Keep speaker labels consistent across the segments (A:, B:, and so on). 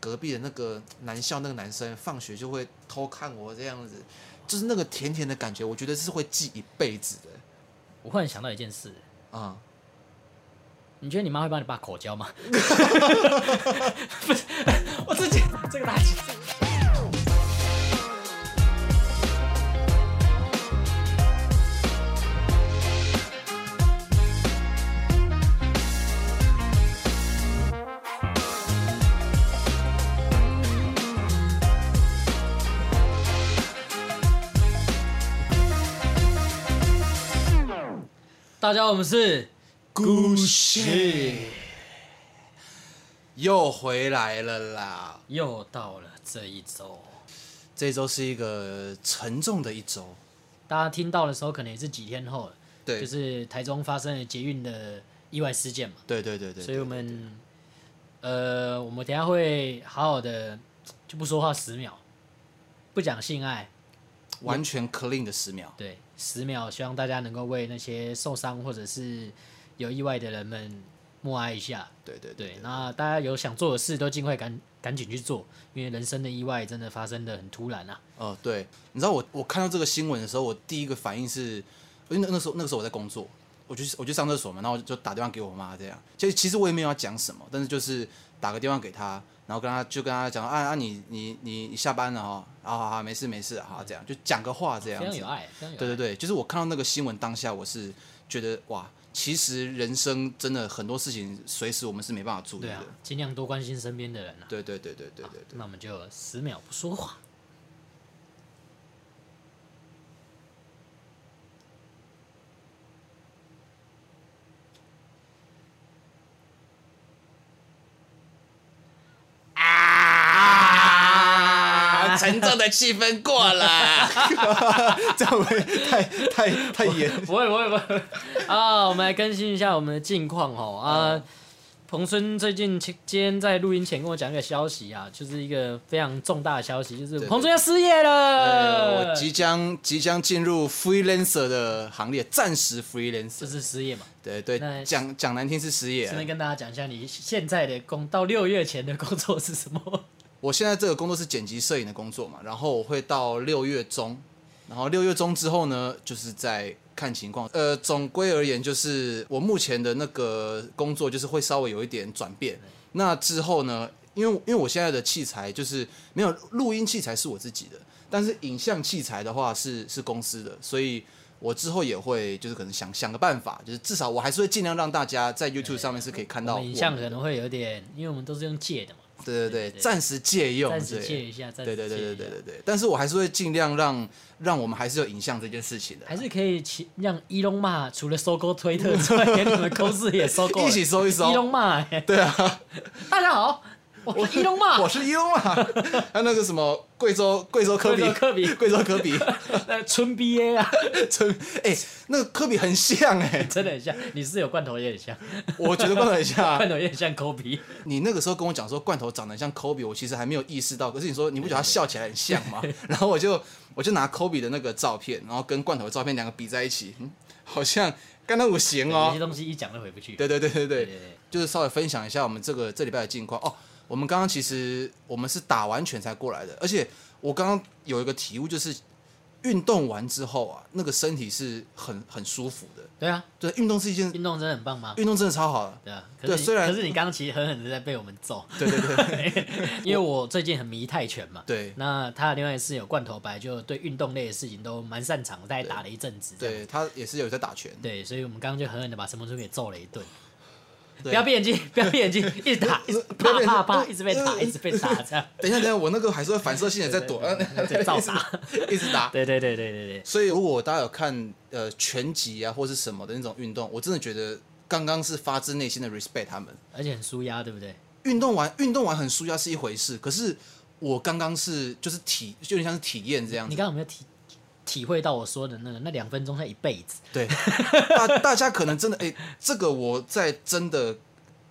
A: 隔壁的那个男校那个男生放学就会偷看我这样子，就是那个甜甜的感觉，我觉得是会记一辈子的
B: 我忽然想到一件事，
A: 啊、
B: 你觉得你妈会帮你爸口交吗？ 不是， 我自己这个垃圾。大家好，我们是
A: 故事又回来了啦！
B: 又到了这一周，
A: 这周是一个沉重的一周，
B: 大家听到的时候可能也是几天后了，
A: 对，
B: 就是台中发生了捷运的意外事件嘛，
A: 对对对对，
B: 所以我们呃，我们等一下会好好的就不说话十秒，不讲性爱，
A: 完全 clean 的十秒，
B: 对，十秒，希望大家能够为那些受伤或者是有意外的人们默哀一下。
A: 对对
B: 对，那大家有想做的事都尽快赶赶紧去做，因为人生的意外真的发生的很突然啊。
A: 哦，对，你知道我我看到这个新闻的时候，我第一个反应是，因为那那时候那个时候我在工作，我去我去上厕所嘛，然后我就打电话给我妈这样。其实其实我也没有要讲什么，但是就是打个电话给她，然后跟她就跟她讲，啊啊你你你你下班了哦，啊好好没事没事，好这样就讲个话这
B: 非
A: 样
B: 常
A: 子
B: 有。爱，非常有爱。
A: 对对对，就是我看到那个新闻当下，我是觉得哇，其实人生真的很多事情随时我们是没办法注意
B: 对
A: 的
B: 啊。，尽量多关心身边的人啊。
A: 对对对对对对对。
B: 那我们就十秒不 说话。
A: 啊，沉重的气氛过了，这样会太太太严。
B: 不会不会不会啊！我们来更新一下我们的近况哦
A: 嗯
B: 啊！彭孙最近前今天在录音前跟我讲一个消息啊，就是一个非常重大的消息，就是
A: 对哎
B: 彭孙要失业了。
A: 我即将即将进入 freelancer 的行列，暂时 freelancer。
B: 就是失业嘛，
A: 对对，
B: 那
A: 讲讲难听是失业啊。
B: 顺便跟大家讲一下你现在的工到六月前的工作是什么？
A: 我现在这个工作是剪辑摄影的工作嘛，然后我会到六月中，然后六月中之后呢，就是在看情况。呃，总归而言，就是我目前的那个工作就是会稍微有一点转变。那之后呢，因为因为我现在的器材就是没有录音器材是我自己的，但是影像器材的话是是公司的，所以。我之后也会就是可能想想个办法，就是至少我还是会尽量让大家在 YouTube 上面是可以看
B: 我
A: 到
B: 们影
A: 我
B: 像
A: 们
B: 可能会有点，因为我们都是用借的嘛，
A: 对对对，
B: 对
A: 暂时借用，
B: 暂时
A: 对
B: 借一下，暂时
A: 对
B: 借
A: 对
B: 一
A: 对对对
B: 下
A: 对对，但是我还是会尽量让让我们还是有影像这件事情的，
B: 还是可以请让伊隆马除了收购推特之外，连你们公司也收购 了，
A: 一起搜一
B: 伊
A: 搜。
B: 隆马、欸。对啊， 大家好，我是伊隆 马
A: 我。是 U 嘛， 还有那个什么贵州贵州科比
B: 贵州科比
A: 贵州科比，
B: 那呃春 BA 啊，
A: 真哎、那个科比很像哎、
B: 真的很像，你是有罐头也很像，
A: 我觉得罐头很像。啊
B: 罐头也很像抠鼻。
A: 你那个时候跟我讲说罐头长得像科比，我其实还没有意识到，可是你说你不觉得他笑起来很像吗？ 然后我就我就拿科比的那个照片，然后跟罐头的照片两个比在一起，嗯，好像刚刚五行
B: 有
A: 哦
B: 些。东西一讲都回不去。
A: 对对对对对
B: 对，对
A: 就是稍微分享一下我们这个这礼拜的近况哦。我们刚刚其实我们是打完拳才过来的，而且我刚刚有一个体悟，就是运动完之后啊，那个身体是很很舒服的。
B: 对啊，
A: 对，运动是一件，
B: 运动真的很棒吗？
A: 运动真的超好的。
B: 对啊，可是
A: 对虽然
B: 可是你刚刚其实狠狠的在被我们揍，
A: 对对对
B: 因为我最近很迷泰拳嘛。
A: 对
B: 那他的另外一室友罐头白就对运动类的事情都蛮擅长，大概打了一阵子这样。
A: 对，他也是有在打拳。
B: 对，所以我们刚刚就狠狠的把陈柏春给揍了一顿。
A: 对
B: 不要闭眼睛，不要闭眼睛，一直打，一直
A: 不要闭
B: 啪
A: 眼睛
B: 啪啪，一直被打，一直被打，这样
A: 等一下，等一下，我那个还是会反射性的在躲，
B: 对照打。
A: 一直打。
B: 对对对对对对。
A: 所以如果大家有看呃拳击啊或是什么的那种运动，我真的觉得刚刚是发自内心的 respect 他们。
B: 而且很舒压，对不对？
A: 运动完运动完很舒压是一回事，可是我刚刚是就是体，就有点像是体验这样
B: 你
A: 子。
B: 刚刚有没有体体会到我说的那个那两分钟是一辈子？
A: 对， 大大家可能真的哎、这个我在真的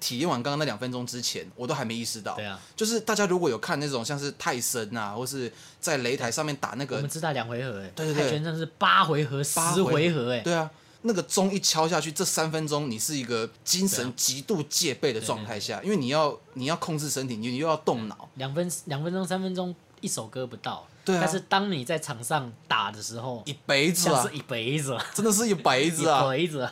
A: 体验完刚刚那两分钟之前，我都还没意识到
B: 对。啊，
A: 就是大家如果有看那种像是泰森啊，或是在擂台上面打那
B: 我
A: 个
B: 们，只打两回合、欸，
A: 对对对
B: 泰拳真的是八回合、十
A: 八回合
B: 回合、欸，哎，
A: 对啊，那个钟一敲下去，这三分钟你是一个精
B: 对
A: 神
B: 啊
A: 极度戒备的状态下，因为你要你要控制身体，你又要动脑，
B: 两分两分钟、三分钟一首歌不到，
A: 对啊
B: 但是当你在场上打的时候，
A: 一辈子
B: 像
A: 啊
B: 是，一辈子，
A: 真的是一辈
B: 一
A: 子啊，
B: 辈子，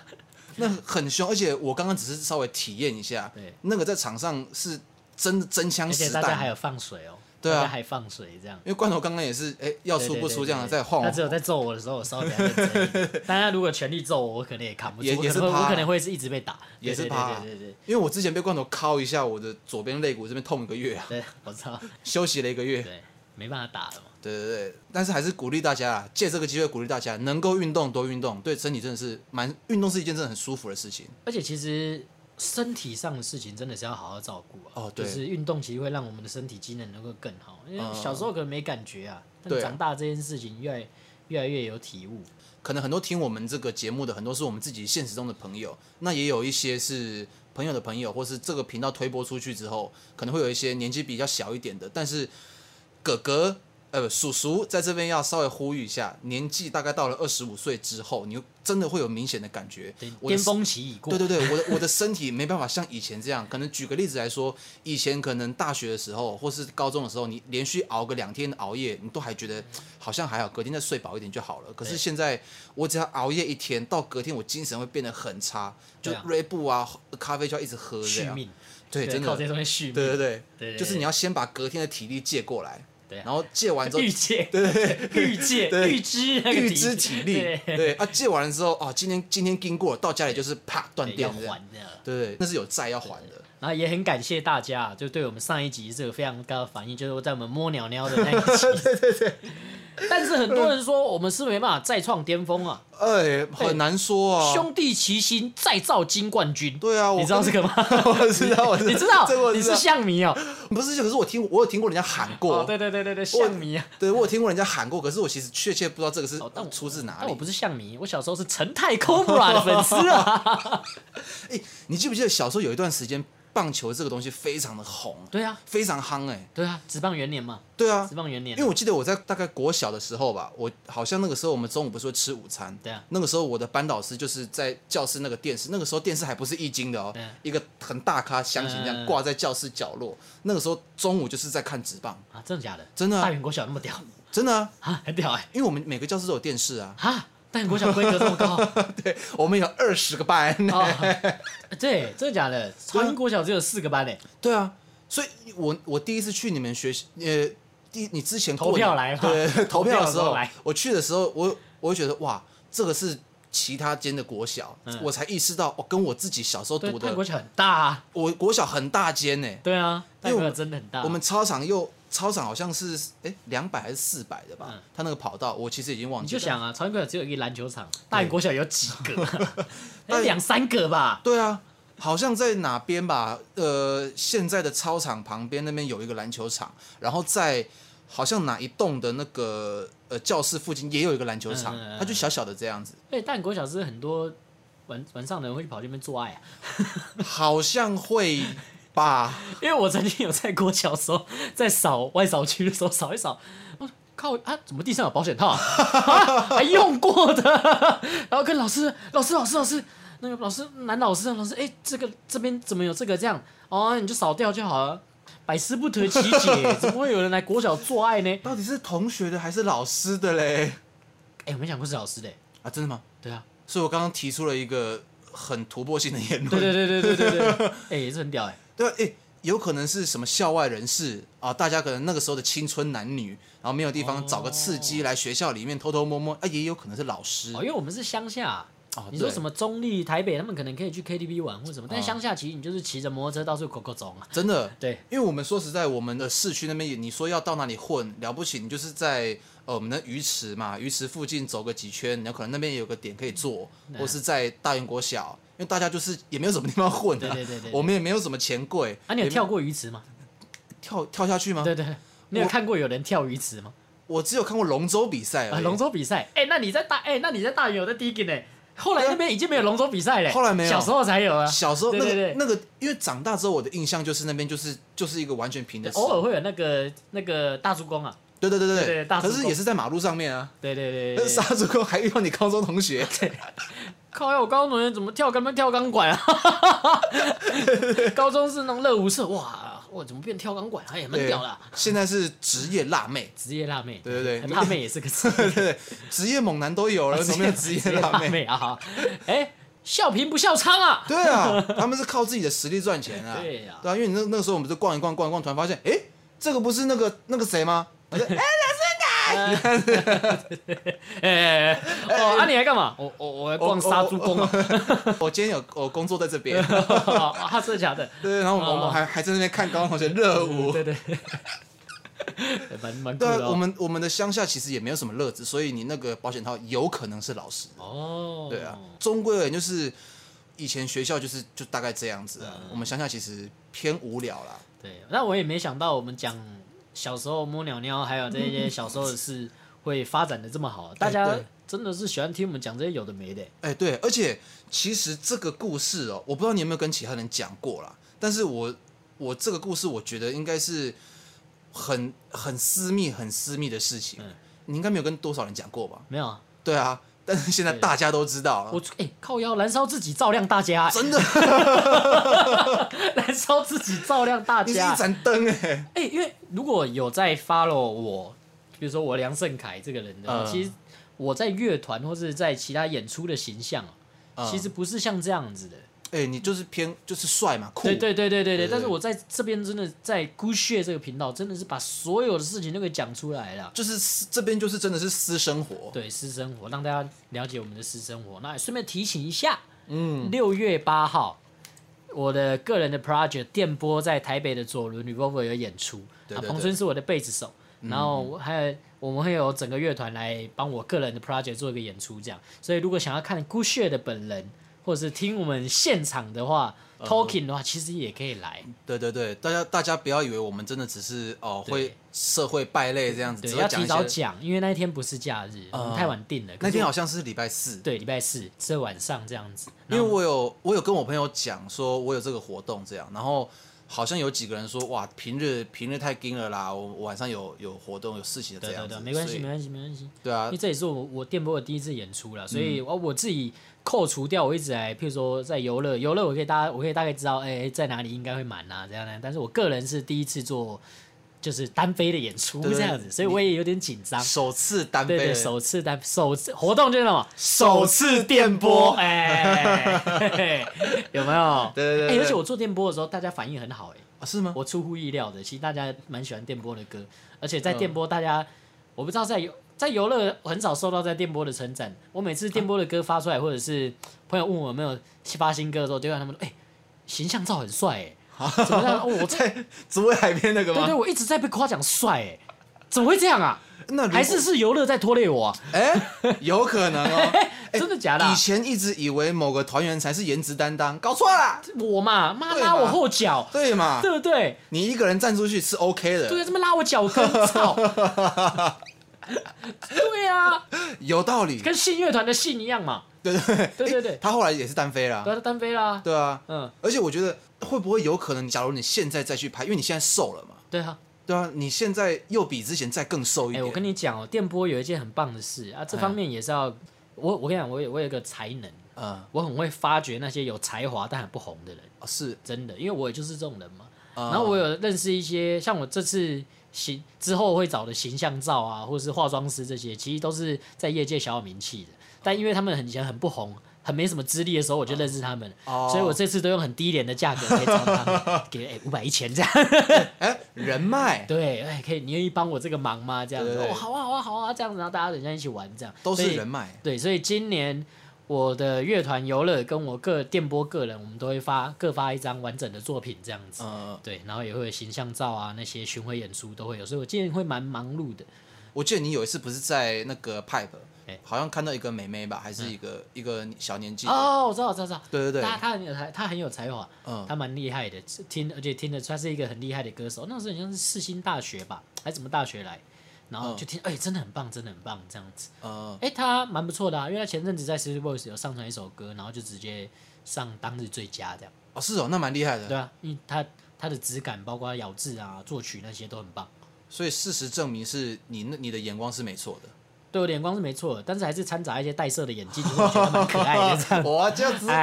A: 那很凶。而且我刚刚只是稍微体验一下
B: 对，
A: 那个在场上是真的真
B: 而
A: 枪
B: 且
A: 实
B: 大家还
A: 弹。
B: 有放水哦，
A: 对啊
B: 大家还放水这样。
A: 因为罐头刚刚也是，哎、要
B: 对
A: 出
B: 对
A: 不
B: 对
A: 出
B: 对
A: 这样，
B: 对
A: 再晃
B: 他只有在揍我的时候，我稍微比较认真一点。但他如果全力揍我，我可能也扛不住，
A: 也
B: 我
A: 也
B: 可
A: 是
B: 能会
A: 怕啊
B: 我可能会是一直被打，
A: 也是
B: 对对
A: 怕啊
B: 对对对
A: 因为我之前被罐头敲一下，我的左边肋骨这边痛一个月啊，
B: 对，对我知道，
A: 休息了一个月。
B: 对，没办法打了嘛。
A: 对对对，但是还是鼓励大家啊，借这个机会鼓励大家，能够运动多运动，对身体真的是蛮，运动是一件真的很舒服的事情。
B: 而且其实身体上的事情真的是要好好照顾啊。
A: 哦对
B: 就是运动其实会让我们的身体机能能够更好，因为
A: 嗯
B: 小时候可能没感觉啊，但
A: 对啊
B: 长大这件事情越来越来越有体悟。
A: 可能很多听我们这个节目的，很多是我们自己现实中的朋友，那也有一些是朋友的朋友，或是这个频道推播出去之后，可能会有一些年纪比较小一点的，但是哥哥呃不叔叔在这边要稍微呼吁一下，年纪大概到了二十五岁之后，你真的会有明显的感觉
B: 对，
A: 我的
B: 巅峰期已过，
A: 对对对，我的我的身体没办法像以前这样。可能举个例子来说，以前可能大学的时候或是高中的时候，你连续熬个两天的熬夜，你都还觉得好像还好，隔天再睡饱一点就好了。可是
B: 对
A: 现在我只要熬夜一天，到隔天我精神会变得很差，就
B: 对啊
A: 锐步啊、咖啡就要一直喝这
B: 续
A: 样。
B: 命，
A: 对，真
B: 靠
A: 的
B: 这，些东西续命，
A: 对对对，
B: 对对
A: 就是你要先把隔天的体力借过来，
B: 对啊
A: 然后借完之后
B: 预借，预借，
A: 对
B: 预知那个
A: 预支体力，
B: 对
A: 对啊，借完了之后啊，今天今天经过到家里就是啪断
B: 对
A: 掉
B: 要
A: 这样，
B: 还的。
A: 对对，对那是有债要还的。
B: 然后也很感谢大家，就对我们上一集这个非常高的反应，就是在我们摸鸟鸟的那一 集。对对对。但是很多人说我们是没办法再创巅峰啊，
A: 哎，很难说啊。
B: 兄弟齐心再造金冠军。
A: 对啊，我
B: 你知道这
A: 跟
B: 个吗？
A: 我知道，我知道，
B: 你知道
A: 这个我，
B: 你
A: 知
B: 是
A: 道，
B: 象迷哦。
A: 不是？可是我听，我有听过人家喊
B: 哦，
A: 过，
B: 对对对对对，象迷啊。
A: 对我有听过人家喊过，可是我其实确切不知道这个是
B: 哦但我
A: 出自哪
B: 但我
A: 里
B: 不。是象迷，我小时候是成泰 Cobra 的粉丝啊。
A: 哎，你记不记得小时候有一段时间，棒球这个东西非常的红，
B: 对啊，
A: 非常夯哎。
B: 对啊，职棒元年嘛，
A: 对啊
B: 职，棒元年
A: 因为。我记得我在大概国小的时候吧，我好像那个时候我们中午不是会吃午餐，
B: 对啊
A: 那个时候我的班导师就是在教室那个电视，那个时候电视还不是液晶的哦
B: 对啊，
A: 一个很大咖箱型这
B: 嗯
A: 样挂在教室角落，那个时候中午就是在看纸棒，
B: 啊，真的假的？
A: 真的啊
B: 大远国小那么屌
A: 真的啊。
B: 啊，很屌哎、
A: 因为我们每个教室都有电视啊，
B: 欸、啊！大远国小规格这么高
A: 对，我们有二十个班，
B: 哦，对，真的假的？朝阳国小只有四个班嘞、
A: 对啊，所以我我第一次去你们学习，呃，第你之前过
B: 投票
A: 年
B: 来嘛
A: 对，投票的时
B: 投票的时候
A: 候
B: 来，
A: 我去的时候，我我会觉得哇，这个是其他间的国小，
B: 嗯
A: 我才意识到哦，跟我自己小时候
B: 对，
A: 读
B: 大远
A: 的
B: 国，小很大、啊，
A: 我国小很大间呢、
B: 对啊，大
A: 因为我
B: 远国
A: 们
B: 小真的很大啊、
A: 我们操场又操场好像是哎两百还是四百的吧，
B: 嗯
A: 他那个跑道我其实已经忘
B: 你
A: 记
B: 就
A: 了，
B: 想啊，朝阳国小只有一个篮球场，大远国小有几个、啊？ 哎两三个吧。
A: 对啊，好像在哪边吧？呃，现在的操场旁边那边有一个篮球场，然后在好像哪一栋的那个呃教室附近也有一个篮球场，
B: 嗯嗯嗯嗯
A: 它就小小的这样子，
B: 哎，大远国小是很多晚晚上的人会去跑这边做爱啊，
A: 好像会吧？
B: 因为我曾经有在国小的时候，在扫外扫区的时候扫一扫，我说靠啊，怎么地上有保险套啊？啊还用过的，然后跟老师，老师，老师，老师，那个老师男老师，老师，哎、这个这边怎么有这个这样？哦，你就扫掉就好了。百思不得其解，怎么会有人来国小做爱呢？
A: 到底是同学的还是老师的嘞？
B: 哎、我没想过是老师的、
A: 啊，真的吗？
B: 对啊，
A: 所以我刚刚提出了一个很突破性的言论，
B: 对对对对对对对，哎、也是很屌哎、
A: 对啊，诶，有可能是什么校外人士啊，大家可能那个时候的青春男女，然后没有地方找个刺激来学校里面偷偷摸摸，啊，也有可能是老师
B: 哦，因为我们是乡下，啊
A: 哦
B: 你说
A: 对
B: 什么中立、台北，他们可能可以去 KTV 玩或什么，但
A: 哦
B: 乡下其实你就是骑着摩托车到处狗狗走嘛。
A: 真的，
B: 对，
A: 因为我们说实在，我们的市区那边也，你说要到哪里混了不起，你就是在呃我们的鱼池嘛，鱼池附近走个几圈，然后可能那边也有个点可以坐，
B: 嗯
A: 或是在大圆国小，因为大家就是也没有什么地方混的、
B: 对对对对对
A: 我们也没有什么钱柜
B: 啊，你
A: 也
B: 有
A: 没
B: 跳过鱼池吗？
A: 跳跳下去吗？
B: 对对对，你有
A: 我
B: 看过有人跳鱼池吗？
A: 我只有看过龙舟比赛而
B: 啊，
A: 已
B: 龙舟比赛，哎，那你在大，哎，那你在大园有在 digging 呢？后来那边已经没有龙舟比赛嘞，
A: 呃后来没有
B: 小时候才有啊，
A: 小时候那
B: 对
A: 个
B: 对对
A: 那个，因为长大之后我的印象就是那边就是就是一个完全平的，
B: 偶尔会有那个那个大猪公啊，
A: 对对对对
B: 对对大
A: 可
B: 竹
A: 是
B: 沟
A: 也是在马路上面啊。
B: 对对对
A: 那
B: 对对，
A: 杀猪哥还遇到你高中同学，
B: 靠哎呀！我高中同学怎么跳钢管跳钢管啊？ 高中是那种热舞社，哇哇，怎么变跳钢管？哎，蛮
A: 对
B: 屌的啊、
A: 现在是职业辣妹，
B: 职业辣妹，
A: 对对对
B: 辣妹也是个职 业，
A: 对，职业猛男都有了，怎么没有职 业辣妹？
B: 啊？哈哎，笑贫不笑娼啊！
A: 对啊，他们是靠自己的实力赚钱啊。
B: 对啊
A: 因为你那那个时候我们就逛一逛逛一逛，突然发现，诶，这个不是那个那个谁吗？ 我说哎
B: 哎，哦，啊，你还干嘛？我我我来逛杀猪工啊！
A: 我今天有我工作在这 边，
B: 啊，真的假的？
A: 对，然后我们还还在那边看高中同学热舞。
B: 哦 对对，蛮蛮酷
A: 对啊
B: 的，哦。
A: 我们我们的乡下其实也没有什么乐子，所以你那个保险套有可能是老师。
B: 哦，
A: 对啊，终归而言就是以前学校就是就大概这样子
B: 嗯
A: 啊。我们乡下其实偏无聊啦。
B: 对，那我也没想到我们讲小时候摸鸟鸟，还有这些小时候的事，会发展的这么好。大家
A: 哎对
B: 真的是喜欢听我们讲这些有的没的。
A: 哎，对，而且其实这个故事哦，我不知道你有没有跟其他人讲过啦，但是我我这个故事我觉得应该是很很私密、很私密的事情，
B: 嗯
A: 你应该没有跟多少人讲过吧？
B: 没有啊，
A: 对啊，但是现在
B: 对
A: 大家都知道
B: 我
A: 了，
B: 哎、靠腰燃烧自己照亮大家、
A: 真的，
B: 燃烧自己照亮大
A: 你是一
B: 家。
A: 盏灯哎、
B: 哎、因为如果有在 follow 我，比如说我梁胜凯这个人的话，
A: 嗯
B: 其实我在乐团或是在其他演出的形象啊、
A: 嗯
B: 其实不是像这样子的。
A: 哎、你就是偏就是帅嘛，酷，
B: 对对对对对
A: 对
B: 对，但是我在这边真的在 g u 这个频道，真的是把所有的事情都给讲出来了。
A: 就是私这边就是真的是私生活，
B: 对私生活，让大家了解我们的私生活。那也顺便提醒一下，
A: 嗯，
B: 六月八号，我的个人的 project 电波在台北的左轮 Revolver 有演出，
A: 对
B: 啊，
A: 对
B: 彭
A: 对嗯
B: 春是我的贝斯手，然后我还有我们会有整个乐团来帮我个人的 project 做一个演出，这样。所以如果想要看 g u s h 的本人，或者是听我们现场的话、t
A: 呃
B: a l k i n g 的话，其实也可以来。
A: 对对对，大家大家不要以为我们真的只是哦
B: 对
A: 会社会败类这样子，
B: 对，
A: 只
B: 要
A: 会讲
B: 提
A: 一
B: 早
A: 些。呃
B: 讲，因为那一天不是假日，我们太晚定了。可
A: 那
B: 是
A: 天
B: 我
A: 好像是礼拜四，
B: 对，礼拜四是晚上这样子。
A: 因为我有我有跟我朋友讲说，我有这个活动这样，然后好像有几个人说，哇，平日平日太盯了啦，我我晚上有有活动有事情的
B: 对
A: 这样
B: 对
A: 子，
B: 对，没关系，
A: 所以
B: 没关系，没关系。
A: 对啊嗯
B: 因为，这也是我我电波的第一次演出了，所以啊我我自己扣除掉我一直来，譬如说在游乐，游乐我可以大我可以大概知道，哎、在哪里应该会满啊这样的。但是我个人是第一次做就是单飞的演出
A: 对对
B: 这
A: 对
B: 样子，所以我也有点紧张。
A: 首次单
B: 对
A: 飞
B: 对，
A: 的，
B: 首次单首次活动就是什么
A: 首次电波
B: 哎、嘿嘿有没有？
A: 对对对
B: 哎
A: 对
B: 而且我做电波的时候，大家反应很好、哎。
A: 啊是吗？
B: 我出乎意料的，其实大家蛮喜欢电波的歌，而且
A: 嗯
B: 在电波大家，我不知道在游在游乐很少受到在电波的称赞。我每次电波的歌发出来，或者是朋友问我有没有发新歌的时候，就让他们说：“哎、形象照很帅 哎、怎么样？哦，我在
A: 竹围海边那个
B: 对对，
A: 吗？
B: 我一直在被夸奖帅哎，怎么会这样啊？
A: 那如果
B: 还是是游乐在拖累我、啊？
A: 哎，有可能 哦。 哎
B: 真的假的啊、
A: 以前一直以为某个团员才是颜值担当，搞错啦，
B: 我嘛，妈
A: 对
B: 拉
A: 嘛
B: 我后 脚，
A: 对嘛？
B: 对不对？
A: 你一个人站出去是 OK 的，
B: 对啊，这么拉我脚 跟，操！ 对啊，
A: 有道理。
B: 跟信乐团的信一样嘛。
A: 对对对
B: 对对对
A: 诶他后来也是单飞啦
B: 对，啊，他单飞啦。
A: 对啊，
B: 嗯，
A: 而且我觉得会不会有可能，假如你现在再去拍，因为你现在瘦了嘛，
B: 对啊。
A: 对啊，你现在又比之前再更瘦一
B: 哎、
A: 点。
B: 我跟你讲哦，电波有一件很棒的事啊，
A: 哎
B: 这方面也是要我我跟你讲，我有我有一个才能，
A: 嗯，
B: 我很会发掘那些有才华但很不红的人，
A: 哦是，
B: 真的，因为我也就是这种人嘛。
A: 嗯
B: 然后我有认识一些像我这次形之后会找的形象照啊，或是化妆师这些，其实都是在业界小有名气的，但因为他们很以前很不红。很没什么资历的时候，我就认识他们了，
A: 哦
B: 所以我这次都用很低廉的价格可以找到他 们，给五百一千这样。
A: 哎、人脉
B: 对，哎，可以，你愿意帮我这个忙吗？这样子，
A: 对对对
B: 哦，好啊，好啊，好啊，这样子，然后大家等一下一起玩，这样
A: 都
B: 所
A: 是
B: 以
A: 人脉，
B: 对，所以今年我的乐团游乐跟我个电波个人，我们都会发各发一张完整的作品，这样子。
A: 呃，
B: 对，然后也会有形象照啊，那些巡回演出都会有，所以我今年会蛮忙碌的。
A: 我记得你有一次不是在那个 Pipe，、
B: 哎嗯
A: 好像看到一个妹妹吧，还是一个、一个小年纪的，
B: 哦，我知道，我知道，我知道。
A: 对对对，
B: 他他很有才，他很有才华，
A: 嗯
B: 他蛮厉害的，听而且听得出他是一个很厉害的歌手。那时候好像是世新大学吧，还是什么大学来，然
A: 嗯
B: 后就听，哎、真的很棒，真的很棒，这样子。
A: 呃，
B: 哎、他蛮不错的啊，因为他前阵子在 City Boys 有上传一首歌，然后就直接上当日最佳这样。
A: 哦是哦，那蛮厉害的。
B: 对啊，因为他他的质感，包括咬字啊、作曲那些都很棒。
A: 所以事实证明是你那你的眼光是没错的。
B: 对我的眼光是没错的，但是还是掺杂一些带色的眼镜，我觉得蛮可爱的哎这样。
A: 我就知道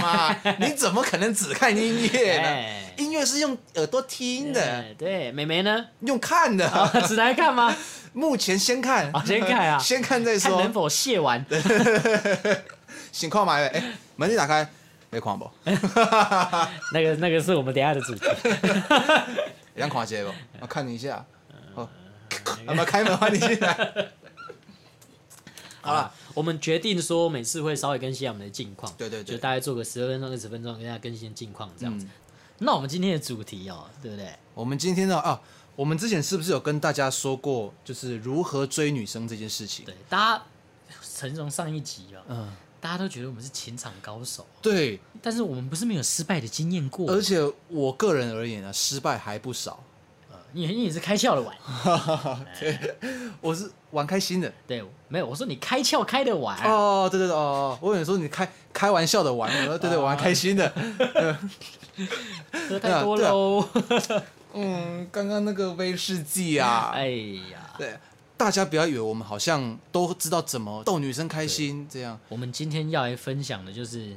A: 嘛，你怎么可能只看音乐
B: 哎
A: 呢？音乐是用耳朵听的，
B: 对哎对，美眉呢？
A: 用看
B: 啊
A: 的。
B: 只来 看吗？
A: 目前先看
B: 啊，，先看 啊，
A: 先看再
B: 看能
A: 说。
B: 否卸完。
A: 情况 嘛，哎，门一打开，没看不？
B: 那个那个是我们等一下的主题。
A: 两看一下不？
B: 嗯
A: 我看你一下。哦， 那么开门欢迎进 来。好了，
B: 我们决定说每次会稍微更新一下我们的近况，
A: 对对对嗯
B: 就大概做个十二分钟、二十分钟，跟大家更新近况这样子。那我们今天的主题哦，对不对？
A: 我们今天呢啊，我们之前是不是有跟大家说过，就是如何追女生这件事情？
B: 对，大家哎陈荣上一集哦，
A: 嗯，
B: 大家都觉得我们是情场高手，
A: 对，
B: 但是我们不是没有失败的经验过，
A: 而且我个人而言啊，失败还不少。
B: 呃你你也是开窍的晚，
A: 啊我是玩开心的
B: 对，没有，我说你开窍开的晚，
A: 哦，对对对哦，哦我跟你说你开开玩笑的玩，我说对
B: 啊
A: 对，我玩开心的。
B: 喝太
A: 啊
B: 多喽，
A: 嗯，刚刚那个威士忌啊，
B: 哎呀，
A: 对，大家不要以为我们好像都知道怎么逗女生开心，这样
B: 我们今天要来分享的就是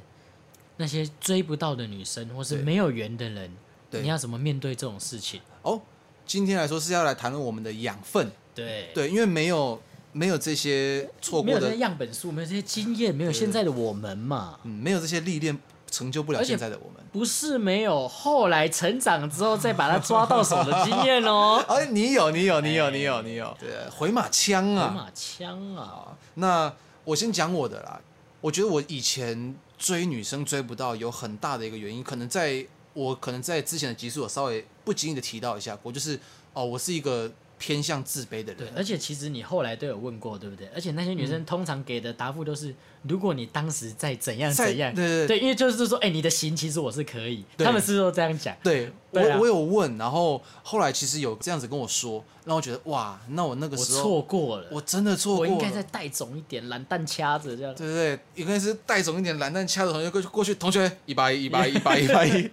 B: 那些追不到的女生，或是
A: 对
B: 没有缘的人，
A: 对
B: 你要怎么面对这种事情？
A: 哦。今天来说是要来谈论我们的养分，
B: 对。
A: 对，因为没有没有这些错
B: 没有
A: 过
B: 这些
A: 的，
B: 样本数，没有这些经验，没有现在的我们嘛。
A: 嗯，没有这些历练，成就不了
B: 而且
A: 现在的我们。。
B: 不是没有后来成长之后再把它抓到手的经验哦
A: 哎，你有，你有，你有，
B: 哎
A: 你有，你有，对，回马枪
B: 回
A: 啊！
B: 马枪啊，
A: 那我先讲我的啦，我觉得我以前追女生追不到，有很大的一个原因，可能在我可能在之前的集数我稍微不经意的提到一下过，就是哦，我是一个偏向自卑的
B: 对，
A: 人，
B: 而且其实你后来都有问过，对不对？而且那些女
A: 嗯
B: 生通常给的答复都是，如果你当时再怎样
A: 在
B: 怎样，
A: 对对对
B: 因为就是说，哎，你的型其实我是可以，
A: 对
B: 他们是都这样讲，
A: 对
B: 对啊
A: 我我有问，然后后来其实有这样子跟我说，让我觉得哇，那我那个
B: 我
A: 时候
B: 错过了，
A: 我真的错
B: 我
A: 过
B: 应该再
A: 了。
B: 带种一点，懒蛋掐着这样。
A: 对对对，应该是带走一点懒蛋掐的同学过去过去，同学一百一一 百一一百一一百一，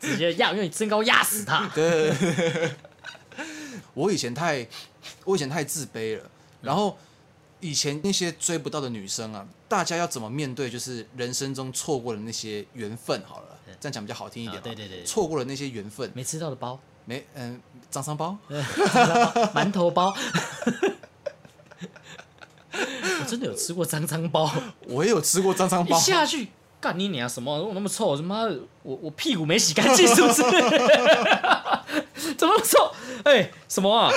B: 直接压，用你身高压死他。
A: 我以前太，我以前太自卑了。然后以前那些追不到的女生啊，大家要怎么面对？就是人生中错过的那些缘分，好了，这样讲比较好听一点
B: 啊
A: 嘛。
B: 对对对对
A: 错过了那些缘分，
B: 没吃到的包，
A: 没嗯，掌上包，
B: 馒头包。 我真的有吃过脏脏包，
A: 我也有吃过掌上
B: 一
A: 包。
B: 下去干你娘什么？我那么臭，他妈的我我屁股没洗干净是不是？ 怎么那么臭？哎、什么啊？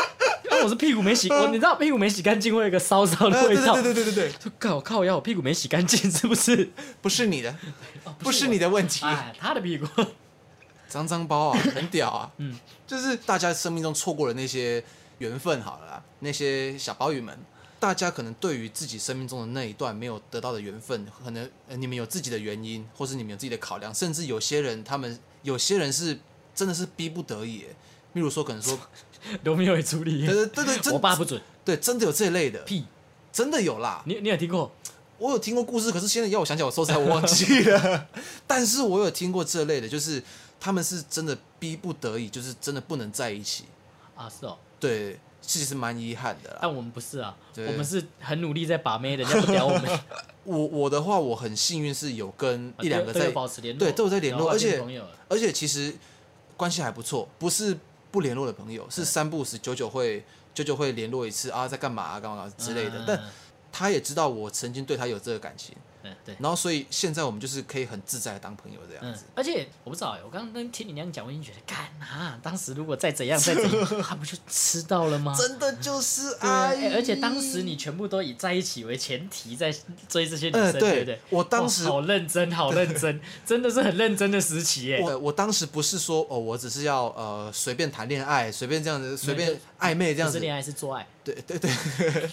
B: 啊我是屁股没洗，我你知道屁股没洗干净会有一个骚骚
A: 呃
B: 的味
A: 对
B: 道。
A: 对对对对对，
B: 就干我靠我要我屁股没洗干净是不是？哦
A: 不是 你的，不
B: 是
A: 是
B: 我
A: 你的问题。
B: 哎，他的屁股。
A: 脏脏包 啊，很屌啊，嗯，就是大家生命中错过了那些缘分，好了啦，那些小包鱼们，大家可能对于自己生命中的那一段没有得到的缘分，可能、呃你们有自己的原因，或是你们有自己的考量，甚至有些人他们有些人是真的是逼不得已耶，例如说可能 说，
B: 罗密欧与朱丽
A: 对
B: 叶，
A: 对对对，真
B: 我爸不准
A: 对真的有这类的，
B: 屁。
A: 真的有啦，
B: 你你有听过？
A: 我有听过故事，可是现在要我想起来，我说实在我忘记 了。但是我有听过这类的，就是他们是真的逼不得已，就是真的不能在一起。
B: 啊，是哦，
A: 对，其实蛮遗憾的啦。
B: 但我们不是啊，我
A: 对
B: 们是很努力在把妹，人家不屌我们，
A: 我我的话，我很幸运是有跟 一两个
B: 啊都有
A: 在，
B: 保持联络，
A: 对都有在联络
B: 然后
A: 而且
B: 变朋友了
A: 而且其实关系还不错，不是不联络的朋友，是三不五时久久会久久会联络一次啊，在干嘛啊，干嘛干嘛之类的
B: 嗯。
A: 但他也知道我曾经对他有这个感情，
B: 嗯对。
A: 然后所以现在我们就是可以很自在的当朋友这样
B: 嗯
A: 子。，
B: 而且我不知道欸，我刚刚听你那样讲，我已经觉得，干啊！当时如果再怎样再怎 样，他不就吃到了吗？
A: 真的就是
B: 啊对啊
A: 爱、
B: 欸而且当时你全部都以在一起为前提在追这些女生，
A: 呃
B: 对不
A: 对
B: 对？
A: 我当
B: 哇
A: 时
B: 好认真，好认 真，真的是很认真的时期欸耶。
A: 我我当时不是说哦，我只是要呃随便谈恋爱，随便这样子，随
B: 就
A: 便暧昧这样
B: 不
A: 子。
B: 是恋爱是做爱，
A: 对对对，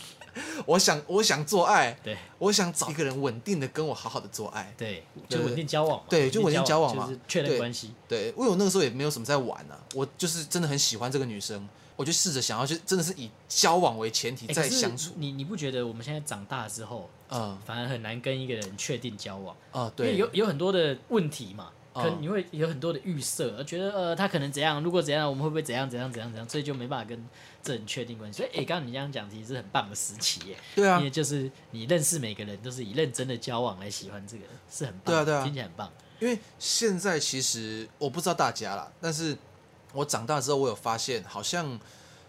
A: 我想我想做爱，
B: 对
A: 我想找一个人稳定的跟我好好的做爱。
B: 对，
A: 对
B: 就稳定交往嘛，
A: 对就稳定交往嘛
B: 就是确认
A: 对
B: 关系。
A: 对，因为我那个时候也没有什么在玩啊，我就是真的很喜欢这个女生，我就试着想要去，真的是以交往为前提
B: 欸
A: 在
B: 可是
A: 相处。
B: 你你不觉得我们现在长大之后，
A: 嗯
B: 反而很难跟一个人确定交往？
A: 啊，
B: 因为
A: 对，哦
B: 有有很多的问题嘛，可能你会有很多的预设，觉得呃他可能怎样，如果怎样，我们会不会怎样怎样怎样怎样，所以就没办法跟这很确定关系。所以哎，刚、刚你这样讲，其实是很棒的时期耶，
A: 对啊
B: 因为，就是你认识每个人都是以认真的交往来喜欢这个，是很棒，
A: 对啊对啊
B: 听起来很棒。
A: 因为现在其实我不知道大家啦，但是我长大之后，我有发现，好像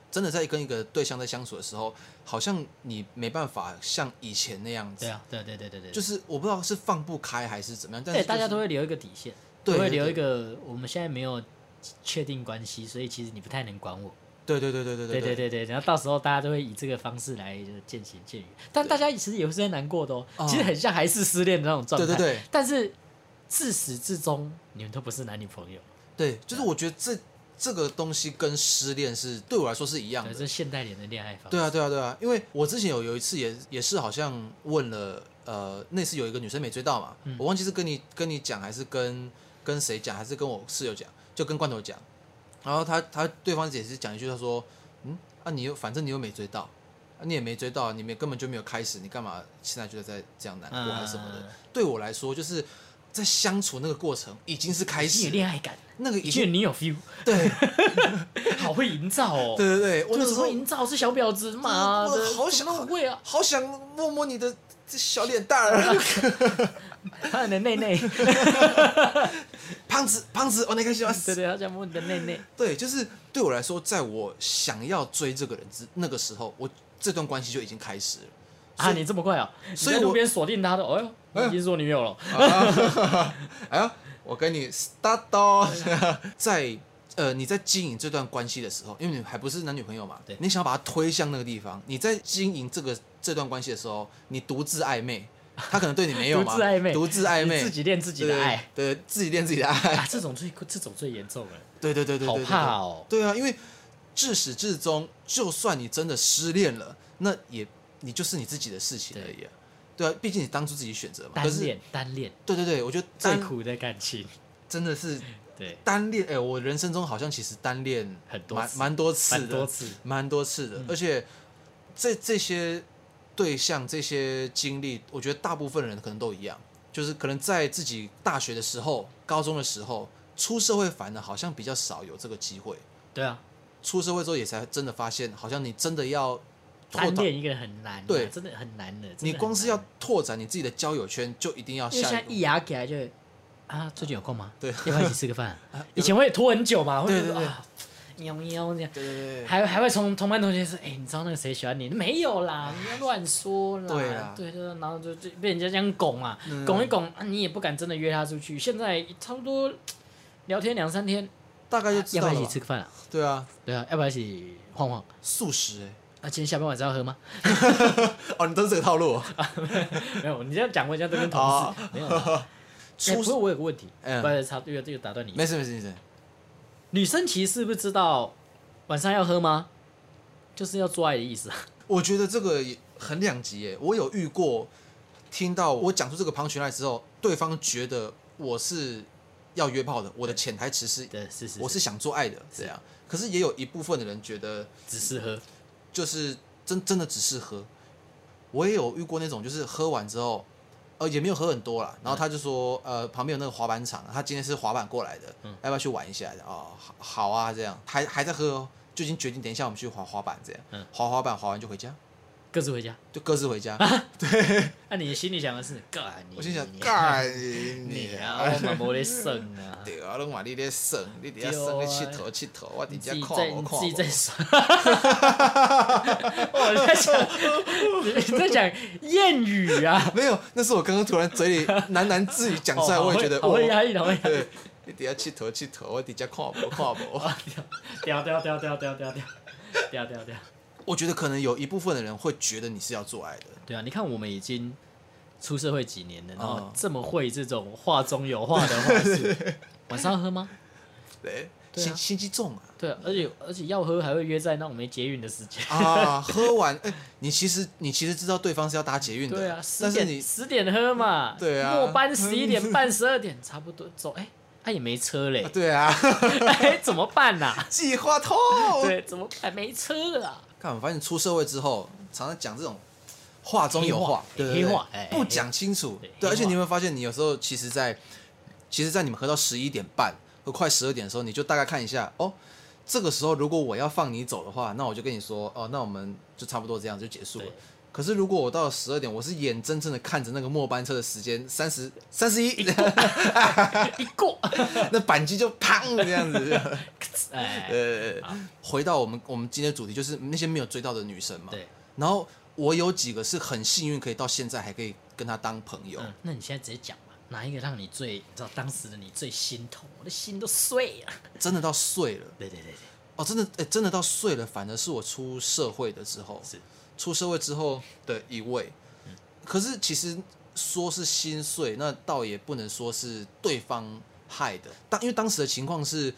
A: 真的在跟一个对象在相处的时候，好像你没办法像以前那样子，
B: 对啊，对对对对对，
A: 就是我不知道是放不开还是怎么样，但
B: 对
A: 是、
B: 大家都会留一个底线，都
A: 对
B: 会
A: 对
B: 留
A: 对
B: 一个我们现在没有确定关系，所以其实你不太能管我。
A: 对对对对对
B: 对对
A: 对
B: 对对，然后到时候大家都会以这个方式来就是渐行渐远，但大家其实也会是在难过的哦，
A: 哦
B: 其实很像还是失恋的那种状态，
A: 对对对
B: 但是自始至终你们都不是男女朋友，
A: 对，就是我觉得这这个东西跟失恋是对我来说是一样
B: 对，
A: 的
B: 这，是现代人的恋爱方式。
A: 对啊，对啊，对啊，因为我之前有有一次也也是好像问了，呃，那次有一个女生没追到嘛，
B: 嗯
A: 我忘记是跟你跟你讲还是跟跟谁讲，还是跟我室友讲，就跟罐头讲，然后他他对方也是讲一句，他说，嗯，啊你又反正你又没追到，啊你也没追到，你们根本就没有开始，你干嘛现在就在这样难过还是什么的？
B: 嗯
A: 对我来说，就是在相处那个过程已经是开
B: 已经有
A: 始，
B: 恋爱感，
A: 那个已
B: 已经
A: 经
B: 有你 有 feel，
A: 对
B: 好会营造哦。
A: 对对对，我
B: 就
A: 那
B: 是
A: 时候
B: 会营造是小婊子嘛，
A: 我
B: 这
A: 好
B: 怎
A: 想
B: 么那么会 啊，
A: 好想摸摸你的这小脸蛋儿。啊
B: 他你的内 内，
A: 胖子，胖子，我那个喜欢
B: 嗯对对，他想摸你的内内，
A: 对，就是对我来说，在我想要追这个人之那个时候，我这段关系就已经开始了。
B: 啊，你这么快啊？
A: 所以
B: 你在路
A: 我
B: 边锁定他的，哎呦，你已经是我女友了。
A: 哎呀，我跟你 start 哦，
B: 嗯
A: 在呃你在经营这段关系的时候，因为你还不是男女朋友嘛，
B: 对
A: 你想要把他推向那个地方，你在经营这个这段关系的时候，你独自暧 昧，他可能对你没有嘛，
B: 独自暧昧
A: 独自暧昧，
B: 你自己恋自己的爱，
A: 对，对自己恋自己的爱，
B: 啊，这种最这种最严重了，
A: 对对哎对对对，
B: 好
A: 对
B: 怕哦。
A: 对啊，因为至始至终，就算你真的失恋了，那也你就是你自己的事情而已啊。对啊，毕竟你当初自己选择嘛。可
B: 单
A: 是，
B: 恋，单恋
A: 对对对，我觉得
B: 最
A: 单
B: 苦的感情，
A: 真的是
B: 对，
A: 单恋。哎、我人生中好像其实单恋
B: 很多
A: 蛮
B: 次
A: 蛮多次
B: 蛮
A: 的，
B: 多次，嗯
A: 蛮多次的。而且这这些对象、这些经历，我觉得大部分人可能都一样，就是可能在自己大学的时候、高中的时候，出社会反而好像比较少有这个机会。
B: 对啊，
A: 出社会之后也才真的发现，好像你真的要拓
B: 单
A: 展，
B: 恋一个人很难啊，
A: 对
B: 真的很难的。真的
A: 你
B: 很
A: 光是
B: 难
A: 要拓展你自己的交友圈，就一定要
B: 因为现
A: 下
B: 在
A: 一
B: 一
A: 步。
B: 牙起来就会啊，最近有空吗？
A: 对啊
B: 要不要一起吃 个饭？啊以前会拖很久嘛，会
A: 对
B: 觉得
A: 对对
B: 啊，喵喵这样，
A: 对对对，
B: 还还会从同班同学说，哎，你知道那个谁喜欢你？没有啦，你要乱说啦。
A: 对啊
B: 对对，然后就就被人家这样拱啊，
A: 嗯
B: 拱一拱啊，你也不敢真的约他出去。现在差不多聊天两三天，
A: 大概就知
B: 要不
A: 道
B: 要
A: 了
B: 一起
A: 吧。
B: 吃个饭啊？
A: 对啊，
B: 对啊，要不要一起晃晃？
A: 素食哎、
B: 啊，今天下班晚上要喝吗？
A: 哦，你都是这个套路哦。
B: 哎没有，你 这样讲我像在跟同
A: 哦
B: 事没 有啦。哎，
A: 出
B: 不过我有个问题，
A: 嗯
B: 不是插这个这个打断你一下。
A: 没事没事没事，
B: 女生其实是不是知道晚上要喝吗？就是要做爱的意思啊。
A: 我觉得这个也很两极哎，我有遇过，听到我讲出这个旁群来之后，对方觉得我是要约炮的，我的潜台词是
B: 对，是是
A: 我是想做爱的这样。可是也有一部分的人觉得
B: 只是喝，
A: 就是真真的只是喝。我也有遇过那种，就是喝完之后，呃，也没有喝很多啦，然后他就说，呃，旁边有那个滑板场，他今天是滑板过来的，
B: 嗯
A: 要不要去玩一下？哦，好好啊，这样还还在喝哦，就已经决定等一下我们去滑滑板这样，
B: 嗯
A: 滑滑板滑完就回家，
B: 各自回家。
A: 就各自回家。
B: 那、你心里想的是干你，
A: 我心想
B: 啊你，
A: 干
B: 你
A: 你，
B: 啊，我嘛没得剩啊
A: 对啊，拢话你咧省，你底下省咧
B: 对啊
A: 佚佗佚佗，我底
B: 你
A: 下
B: 自己
A: 看
B: 在
A: 我
B: 你
A: 看
B: 自己
A: 我
B: 在。耍。我在想，你在讲谚语啊？
A: 没有，那是我刚刚突然嘴里喃喃自语讲出来，
B: 哦好
A: 我
B: 会
A: 也觉得
B: 好
A: 我
B: 会压抑，好会压抑
A: 对，你底下佚佗佚佗，我底下看无看无。
B: 掉掉掉掉掉掉掉掉掉掉。
A: 我觉得可能有一部分的人会觉得你是要做爱的，
B: 对啊，你看我们已经出社会几年了，然后
A: 嗯
B: 这么会这种话中有话的话术，晚上要喝吗？
A: 对，
B: 对啊
A: 心心机重啊。
B: 对啊，而且而且要喝还会约在那种没捷运的时 间。
A: 啊，喝完，哎、你其实你其实知道对方是要搭捷运的，
B: 对啊，十
A: 但是
B: 点
A: 你
B: 十点喝嘛，
A: 对啊
B: 末 班十一点半、十二点差不多走，哎、他、也没车嘞
A: 啊，对啊，
B: 哎，怎么办呐、啊？
A: 计划通。
B: 对，怎么办？没车了啊，
A: 看，我发现出社会之后，常常讲这种话中有
B: 黑话
A: 对对对
B: 黑话哎
A: 不讲清楚
B: 对。
A: 对，
B: 黑
A: 而且
B: 话
A: 你有没有发现，你有时候其实在其实，在你们喝到十一点半和快十二点的时候，你就大概看一下哦。这个时候，如果我要放你走的话，那我就跟你说哦，那我们就差不多这样就结束了
B: 对。
A: 可是如果我到了十二点，我是眼睁睁的看着那个末班车的时间三十三十 一，
B: 一 过，
A: 那扳机就砰这 样子。
B: 哎，
A: 呃，回到我们我们今天的主题，就是那些没有追到的女生嘛。
B: 对，
A: 然后我有几个是很幸运，可以到现在还可以跟她当朋友。
B: 嗯，那你现在直接讲嘛，哪一个让你最，你知道当时的你最心痛，我的心都碎了。
A: 真的到碎了
B: 对对对对，
A: 哦，真的，哎，真的到碎了，反而是我出社会的时候，
B: 是，嗯
A: 出社会之后的一位。可是其实说是心碎，那倒也不能说是对方害的。当因为当时的情况是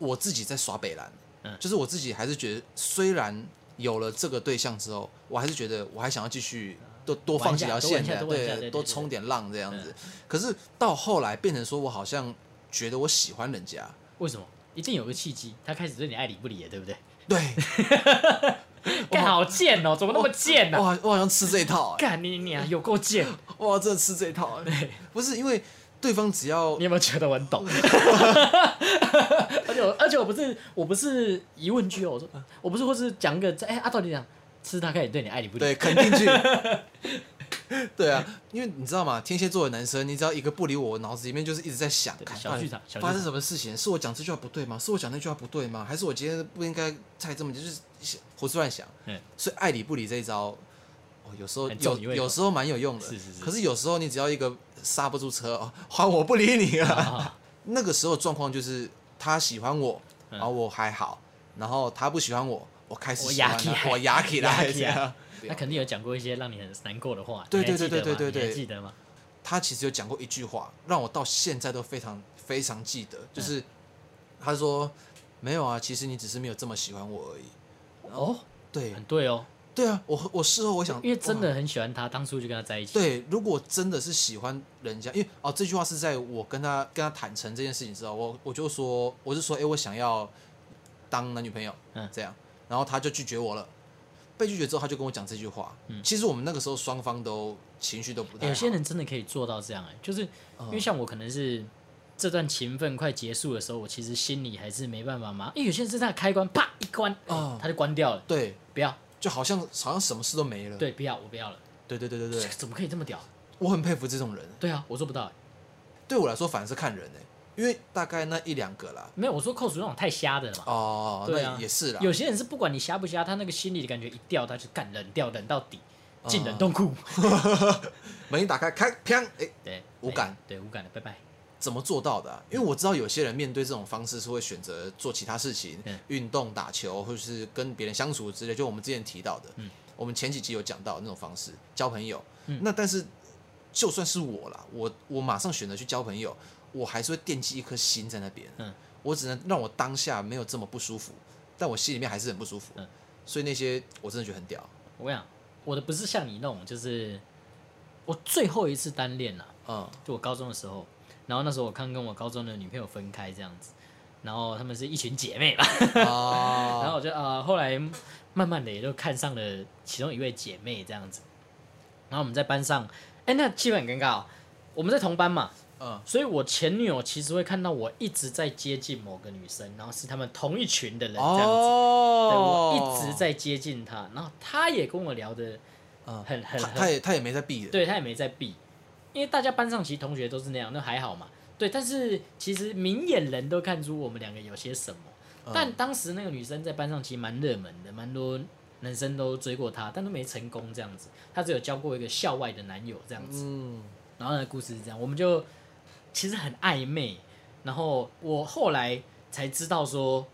A: 我自己在耍北兰，
B: 嗯
A: 就是我自己还是觉得，虽然有了这个对象之后，我还是觉得我还想要继续多多放几条线的，
B: 玩一下多玩一下多玩一下对对
A: 多
B: 对嗯
A: 冲点浪这样子。可是到后来变成说我好像觉得我喜欢人 家，
B: 为什么？一定有个契机，他开始对你爱理不理了，对不对？
A: 对
B: 干好贱哦，怎么那么贱呢、
A: 我好我好像吃这一套、欸，
B: 干你娘，有够贱！
A: 哇，真的吃这一
B: 哦
A: 套、欸，不是因为对方只要
B: 你有没有觉得我很懂？ 而且我而且我不是我不是疑问句哦，我说
A: 嗯
B: 我不是或是讲一个在哎阿道你讲，是他开始对你爱理不理，
A: 对，肯定句。 对啊，因为你知道吗？天蝎座的男生，你只要一个不理我，我脑子里面就是一直在想，
B: 对
A: 看
B: 小
A: 到底
B: 剧场小剧
A: 发生
B: 场
A: 什么事情？是我讲这句话不对吗？是我讲那句话不对吗？还是我今天不应该猜这么久？就是想胡思乱想
B: 嗯。
A: 所以爱理不理这一招，哦，有时候
B: 很重
A: 有
B: 你胃口
A: 有时候蛮有用的。
B: 是是是
A: 可是有时候你只要一个刹不住车，哦，还我不理你了。
B: 啊，
A: 那个时候状况就是他喜欢我，
B: 嗯
A: 然后我还好，然后他不喜欢我，我开始
B: 我
A: 喜欢
B: 压起
A: 他，
B: 来
A: 我压起
B: 压
A: 来，
B: 起
A: 这
B: 来
A: 样。
B: 他肯定有讲过一些让你很难过的话，
A: 啊对
B: 你还
A: 对对
B: 记得
A: 对
B: 吗
A: 对对
B: 你还
A: 对
B: 记得吗？
A: 他其实有讲过一句话，让我到现在都非常非常记得，
B: 嗯
A: 就是他说没有啊，其实你只是没有这么喜欢我而已。
B: 哦，
A: 对
B: 很对哦，
A: 对啊，我我事后我想，
B: 因为真
A: 哇
B: 的很喜欢他，当初就跟他在一起，
A: 对，如果真的是喜欢人家，因为哦这句话是在我跟他跟他坦诚这件事情之后，我我就说我就说哎、诶我想要当男女朋友，
B: 嗯
A: 这样，然后他就拒绝我了。被拒绝之后，他就跟我讲这句话。
B: 嗯
A: 其实我们那个时候双方都情绪都不太好。
B: 有些人真的可以做到这样哎、就是
A: 哦
B: 因为像我可能是这段情分快结束的时候，我其实心里还是没办法嘛，因为有些人是他的开关啪一关，
A: 哦
B: 他就关掉了，
A: 对，
B: 不要，
A: 就好像好像什么事都没了。
B: 对，不要，我不要了，
A: 对对对对
B: 这
A: 对
B: 个，怎么可以这么屌？
A: 我很佩服这种人。
B: 对啊，我做不到、欸，
A: 对我来说，反而是看人哎、因为大概那一两个啦。
B: 没有，我说扣除那种太瞎的了嘛。
A: 哦，
B: 对啊
A: 那也是啦。
B: 有些人是不管你瞎不瞎，他那个心里的感觉一掉，他就干冷掉，冷到底，进冷冻库。
A: 门一打开，开，砰！哎、
B: 对，
A: 哦无感，
B: 对无感的，拜拜。
A: 怎么做到的啊、因为我知道有些人面对这种方式是会选择做其他事情
B: 嗯，
A: 运动、打球，或者是跟别人相处之类。就我们之前提到的，
B: 嗯
A: 我们前几集有讲到那种方式，交朋友。
B: 嗯
A: 那但是就算是我啦，我我马上选择去交朋友，我还是会惦记一颗心在那边。
B: 嗯
A: 我只能让我当下没有这么不舒服，但我心里面还是很不舒服。
B: 嗯
A: 所以那些我真的觉得很屌。
B: 我跟你讲，我的不是像你那种，就是我最后一次单恋了、
A: 嗯
B: 就我高中的时候，然后那时候我刚跟我高中的女朋友分开这样子，然后她们是一群姐妹嘛，
A: 啊，
B: 然后我就呃后来慢慢的也就看上了其中一位姐妹这样子，然后我们在班上，哎、那气氛很尴尬、哦，我们在同班嘛，
A: 嗯
B: 所以我前女友其实会看到我一直在接近某个女生，然后是他们同一群的人这样子，对
A: 哦
B: 我一直，在接近她，然后她也跟我聊的
A: 嗯，
B: 很很
A: 他
B: 很
A: 他也他也没在避的，
B: 对他也没在避，因为大家班上其实同学都是那样，那还好嘛。对，但是其实明眼人都看出我们两个有些什么。
A: 嗯
B: 但当时那个女生在班上其实蛮热门的，蛮多男生都追过她，但都没成功这样子。她只有交过一个校外的男友这样子。
A: 嗯
B: 然后呢，故事是这样，我们就其实很暧昧。然后我后来才知道说，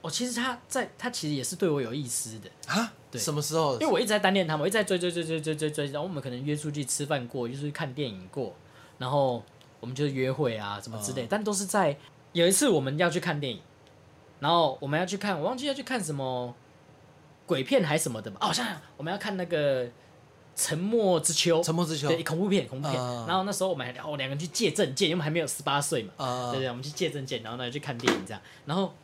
B: 哦，其实她在她其实也是对我有意思的。
A: 啊，
B: 对
A: 什么时候
B: 因为？我一直在单恋他们，我一直在追追追追追追追，然后我们可能约出去吃饭过，约出去看电影过，然后我们就约会啊什么之类，但都是在有一次我们要去看电影，然后我们要去看，我忘记要去看什么鬼片还是什么的吧，哦，我想想我们要看那个《沉默之秋》，
A: 沉默之秋，
B: 对恐怖片恐怖片，
A: 嗯
B: 然后那时候我们还聊哦两个人去借证件，因为我们还没有十八岁嘛，
A: 啊
B: 对，对，我们去借证件，然后呢去看电影这样，然后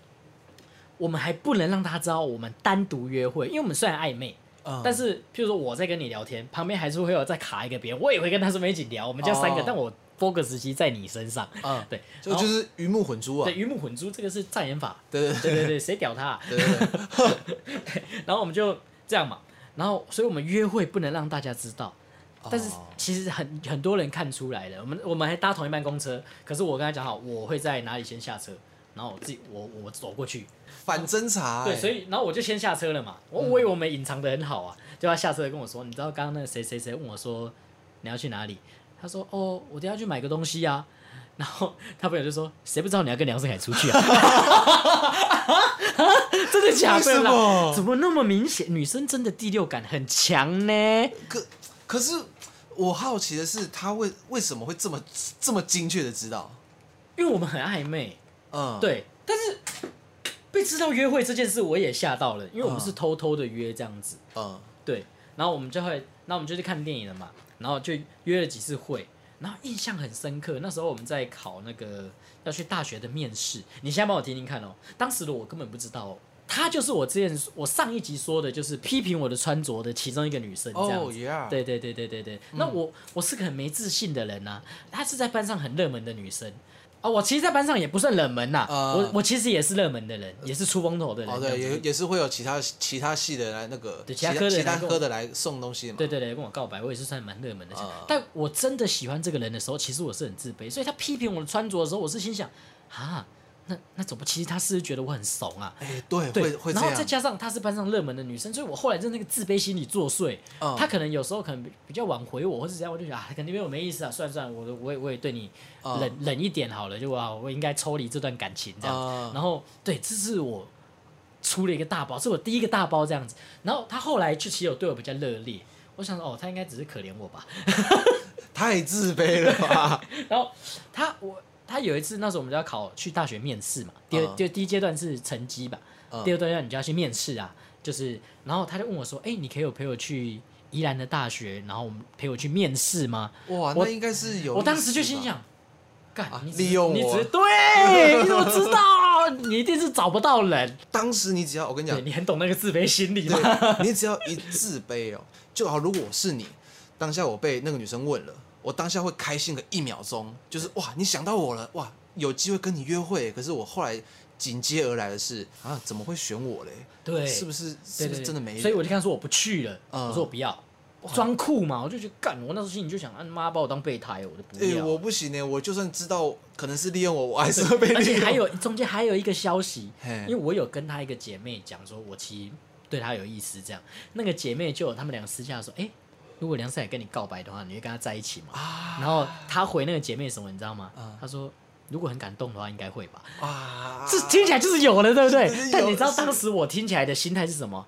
B: 我们还不能让他知道我们单独约会，因为我们虽然暧昧，
A: 嗯
B: 但是譬如说我在跟你聊天，旁边还是会有再卡一个别人，我也会跟他这边一起聊，我们叫三个，
A: 哦
B: 但我 focus 其实在你身上。
A: 嗯
B: 对，
A: 就
B: 然后
A: 就是鱼目混珠啊
B: 对，鱼目混珠，这个是 障眼法。
A: 对对
B: 对对对，谁屌他、啊？
A: 对对对，
B: 然后我们就这样嘛，然后所以我们约会不能让大家知道， 但是
A: 哦
B: 其实很很多人看出来了，我们我们还搭同一班公车，可是我跟他讲好，我会在哪里先下车，然后我自己我我走过去，
A: 反侦查、
B: 对，
A: 欸，
B: 所以然后我就先下车了嘛，
A: 嗯
B: 我我以为我们隐藏的很好啊，就他下车跟我说，你知道刚刚那个谁谁谁问我说你要去哪里，他说哦，我等一下去买个东西啊。 然后他朋友就说：“谁不知道你要跟梁胜凯出去啊？ 真的假
A: 为
B: 的
A: 什
B: 啦？
A: 么？
B: 怎么那么明显？女生真的第六感很强呢？
A: 可可是我好奇的是，他为为什么会这么这么精确的知道？
B: 因为我们很暧昧，
A: 嗯，，
B: 对，但是被知道约会这件事我也吓到了，因为我们是偷偷的约这样子，
A: 嗯，
B: 对，然后我们就会，那我们就去看电影了嘛，然后就约了几次会。然后印象很深刻，那时候我们在考那个要去大学的面试，你现在帮我听听看哦。当时的我根本不知道、哦，她就是我之前我上一集说的，就是批评我的穿着的其中一个女生，这样
A: 哦
B: 子。
A: ，yeah，，
B: 对对对对对对，
A: 嗯
B: 那我我是个很没自信的人呐、她是在班上很热门的女生啊，我其实，在班上也不算冷门呐、
A: 啊
B: 我我其实也是热门的人，也是出风头的人。
A: 哦，
B: 这
A: 对，
B: 样子
A: 也也是会有其他其他系的来那个，
B: 对
A: 其
B: 其他科的
A: 其
B: 人来
A: 他
B: 跟
A: 科的来送东西嘛，
B: 对对对，跟我告白，我也是算蛮热门的。
A: 啊
B: 但我真的喜欢这个人的时候，其实我是很自卑，所以他批评我的穿着的时候，我是心想啊，那那怎么？其实他是不是觉得我很怂啊。
A: 哎，对，
B: 对
A: 会，会这
B: 然后再
A: 样，
B: 加上她是班上热门的女生，所以我后来就那个自卑心理作祟。
A: 嗯
B: 她可能有时候可能比比较晚回我，或者怎样，我就觉得啊，肯定对我没意思啊，算了算了，我我也我也对你
A: 嗯
B: 冷、冷一点好了，就啊，我应该抽离这段感情这样子。
A: 嗯
B: 然后对，这是我出了一个大包，是我第一个大包这样子。然后她后来就其实有对我比较热烈，我想说哦，她应该只是可怜我吧。
A: 太自卑了 吧？
B: 然后他我他有一次那时候我们就要考去大学面试嘛，第二、
A: 嗯
B: 就第一阶段是成绩吧，
A: 嗯
B: 第二段你就要去面试啊，就是然后他就问我说，哎、你可以有陪我去宜兰的大学，然后我们陪我去面试吗？
A: 哇，
B: 我
A: 那应该是有，
B: 我当时就心，想。干
A: 啊，
B: 你只是
A: 利用我
B: 你只是对，你怎么知道？你一定是找不到 人。
A: 当时你只要我跟你讲
B: 对，，你很懂那个自卑心理吗？
A: 对你只要一自卑哦，就好。如果我是你，当下我被那个女生问了，我当下会开心个一秒钟，就是哇，你想到我了，哇，有机会跟你约会。可是我后来紧接而来的是啊，怎么会选我嘞？
B: 对，
A: 是不是？
B: 对
A: 是不
B: 对
A: 是
B: 对
A: 真的没人？啊
B: 所以我就跟他说我不去了，
A: 嗯
B: 我说我不要，装酷嘛，我就觉得干，我那时候心里就想，啊妈把我当备胎，我就不
A: 哎、
B: 要。
A: 我不行呢，我就算知道可能是利用我，我还是会 被
B: 而
A: 利
B: 且
A: 用。
B: 还有 中间还有一个消息
A: 嘿，
B: 因为我有跟她一个姐妹讲说，我其实对她有意思，这样那个姐妹就有他们两个私下说，哎、如果梁思凯跟你告白的话，你会跟他在一起吗？
A: 啊
B: 然后她回那个姐妹什么，你知道吗
A: 嗯？
B: 她说如果很感动的话，应该会吧。
A: 啊，
B: 这听起来就是有了，对不对
A: 是是？
B: 但
A: 有
B: 你知道
A: 是
B: 当时我听起来的心态是什么？